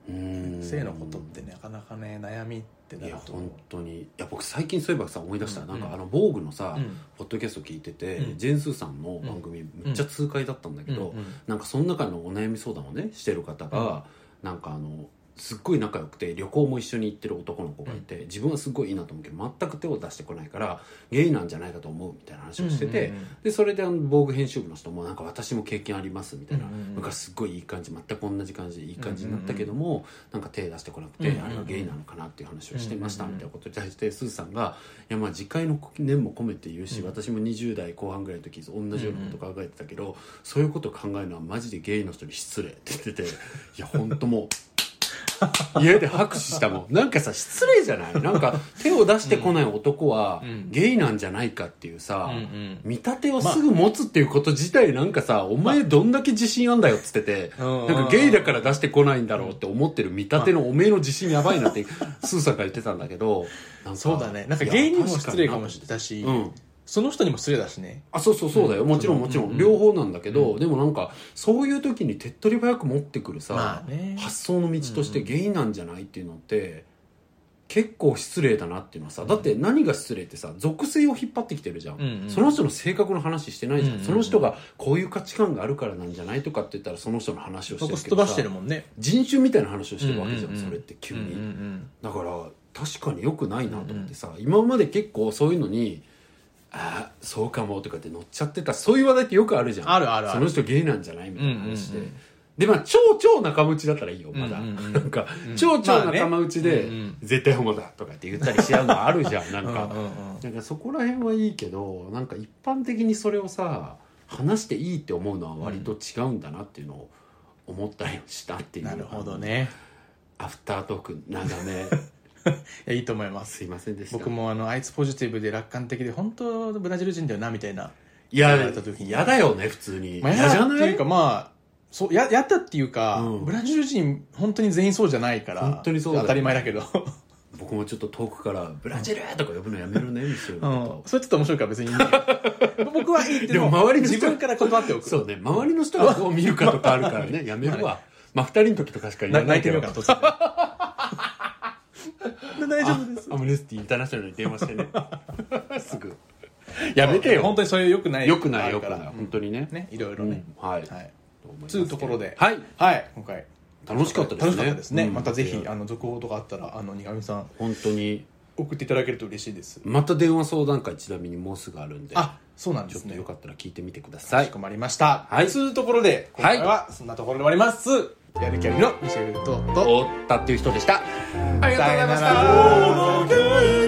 Speaker 2: うん
Speaker 1: 性のことってなかなかね、悩みってないる
Speaker 2: や
Speaker 1: と。
Speaker 2: 本当にいや僕最近そういえばさ思い出した、
Speaker 1: うん
Speaker 2: なんかあの防具のさ、
Speaker 1: うん
Speaker 2: ポッドキャスト聞いてて、
Speaker 1: うん
Speaker 2: ジェンスーさんの番組めっちゃ痛快だったんだけど、
Speaker 1: うんうん
Speaker 2: なんかその中のお悩み相談をねしてる方が、なんかあのすっごい仲良くて旅行も一緒に行ってる男の子がいて、自分はすっごいいいなと思うけど全く手を出してこないからゲイなんじゃないかと思うみたいな話をしてて、
Speaker 1: うんうんうん
Speaker 2: でそれであの防具編集部の人もなんか私も経験ありますみたいな、
Speaker 1: うんうんうん
Speaker 2: 昔すっごいいい感じ全く同じ感じでいい感じになったけども、なんか手出してこなくて、
Speaker 1: うんうんうん
Speaker 2: あれがゲイなのかなっていう話をしてました
Speaker 1: うんう
Speaker 2: み
Speaker 1: んう
Speaker 2: たい
Speaker 1: ん
Speaker 2: なことに対してすずさんが「いやまあ次回の念も込めて言うし、
Speaker 1: うん
Speaker 2: 私も20代後半ぐらいの時同じようなこと考えてたけど、そういうこと考えるのはマジでゲイの人に失礼」って言ってていや本当もう。家で拍手したもんなん (laughs) かさ失礼じゃないなんか手を出してこない男は
Speaker 1: うん
Speaker 2: ゲイなんじゃないかっていうさ、
Speaker 1: うんうん
Speaker 2: 見立てをすぐ持つっていうこと自体なんかさ、お前どんだけ自信あんだよっつってて、
Speaker 1: うん
Speaker 2: なんかゲイだから出してこないんだろうって思ってる見立てのおめえの自信やばいなって、スーさんが言ってたんだけど、なんか
Speaker 1: そうだねなんか芸人も失礼かもしれないし、
Speaker 2: うん。
Speaker 1: その人にも失礼だしね
Speaker 2: あ、そうそうそうだよ。
Speaker 1: うん
Speaker 2: もちろんもちろ。
Speaker 1: うんん
Speaker 2: 両方なんだけど、
Speaker 1: うん
Speaker 2: でもなんか、そういう時に手っ取り早く持ってくるさ、
Speaker 1: まあね
Speaker 2: 発想の道として
Speaker 1: うん
Speaker 2: ゲイなんじゃないっていうのって、結構失礼だなっていうのはさ、だって何が失礼ってさ、属性を引っ張ってきてるじゃん。
Speaker 1: うんうん
Speaker 2: その人の性格の話してないじゃん。
Speaker 1: うんうんうん
Speaker 2: その人がこういう価値観があるからなんじゃないとかって言ったらその人の話をして
Speaker 1: そ
Speaker 2: るけど
Speaker 1: こす
Speaker 2: さ
Speaker 1: っ飛ばしてるもんね
Speaker 2: 人種みたいな話をしてるわけじゃん、
Speaker 1: うんうんうん
Speaker 2: それって急
Speaker 1: うん
Speaker 2: に。
Speaker 1: うんうん
Speaker 2: だから確かに良くないなと思ってさ、今まで結構そういうのに「ああそうかも」とかって乗っちゃってたそういう話題ってよくあるじゃん
Speaker 1: あるあるあ
Speaker 2: そ
Speaker 1: る
Speaker 2: の人ゲイなんじゃないみたいな話で、
Speaker 1: うんうんうん
Speaker 2: でまあ超超仲間内だったらいいよまだ、
Speaker 1: うんうんうん
Speaker 2: なんか、
Speaker 1: う
Speaker 2: (laughs)
Speaker 1: ん
Speaker 2: 超超
Speaker 1: まあね
Speaker 2: 仲間内で、
Speaker 1: うんうん
Speaker 2: 絶対ホモだとかって言ったりしちゃうのあるじゃんなんか、
Speaker 1: うんうんうん
Speaker 2: なんかそこら辺はいいけどなんか一般的にそれをさ話していいって思うのは割と違うんだなっていうのを思ったりしたっていう
Speaker 1: なるほどね
Speaker 2: アフタートーク長
Speaker 1: (laughs)
Speaker 2: め
Speaker 1: いやいいと思います
Speaker 2: すいませんでした
Speaker 1: 僕もあのあいつポジティブで楽観的で本当ブラジル人だよなみたいない
Speaker 2: や
Speaker 1: 言われた時に
Speaker 2: 嫌だよね普通に
Speaker 1: まあ、
Speaker 2: 嫌
Speaker 1: や
Speaker 2: じ
Speaker 1: だ
Speaker 2: ゃ
Speaker 1: って
Speaker 2: ない
Speaker 1: いうかまあそうややったっていうか、
Speaker 2: うん
Speaker 1: ブラジル人本当に全員そうじゃないから
Speaker 2: 本当にそうだよ
Speaker 1: 当たり前だけど、
Speaker 2: 僕もちょっと遠くから「ブラジル!」とか呼ぶのやめるねみたいな
Speaker 1: う
Speaker 2: こ
Speaker 1: ん、それちょっと面白いから別にいいんだ
Speaker 2: (laughs)
Speaker 1: けど僕はいいけど
Speaker 2: でも周りの人
Speaker 1: 自分から断ってお
Speaker 2: と
Speaker 1: く
Speaker 2: そうね周りの人がどう見るかとかあるから
Speaker 1: (laughs)
Speaker 2: ねやめるわまあ二人の時とかしか言
Speaker 1: な
Speaker 2: わな
Speaker 1: 泣い
Speaker 2: い
Speaker 1: て
Speaker 2: け
Speaker 1: みよ
Speaker 2: ど
Speaker 1: うかな
Speaker 2: (laughs)
Speaker 1: 突然大丈夫です
Speaker 2: アムネスティインターナショナルに電話
Speaker 1: (laughs)
Speaker 2: してねすぐやめてよ
Speaker 1: 本当にそれよくない
Speaker 2: よくないよく
Speaker 1: あ
Speaker 2: ない
Speaker 1: るから
Speaker 2: 本当にね
Speaker 1: ねいろいろね、
Speaker 2: うんはい
Speaker 1: はい
Speaker 2: 思います
Speaker 1: つうところで
Speaker 2: はい
Speaker 1: はい今回
Speaker 2: 楽しかったですね
Speaker 1: 楽しかったですね、
Speaker 2: うん
Speaker 1: またぜひ
Speaker 2: いや
Speaker 1: あの続報とかあったらあの苦みさん
Speaker 2: 本当に
Speaker 1: 送っていただけると嬉しいです
Speaker 2: また電話相談会ちなみにもうすぐあるんで
Speaker 1: あそうなんで
Speaker 2: ちょっ
Speaker 1: す
Speaker 2: と
Speaker 1: ね
Speaker 2: よかったら聞いてみてくだ
Speaker 1: か
Speaker 2: さ
Speaker 1: し
Speaker 2: い
Speaker 1: こまりました。
Speaker 2: はい
Speaker 1: というところで、今回はそんなところで終わります。やる気ありのミシェル・トート。
Speaker 2: おったっていう人でしたありがとうございまし
Speaker 1: さよ
Speaker 2: た
Speaker 1: なら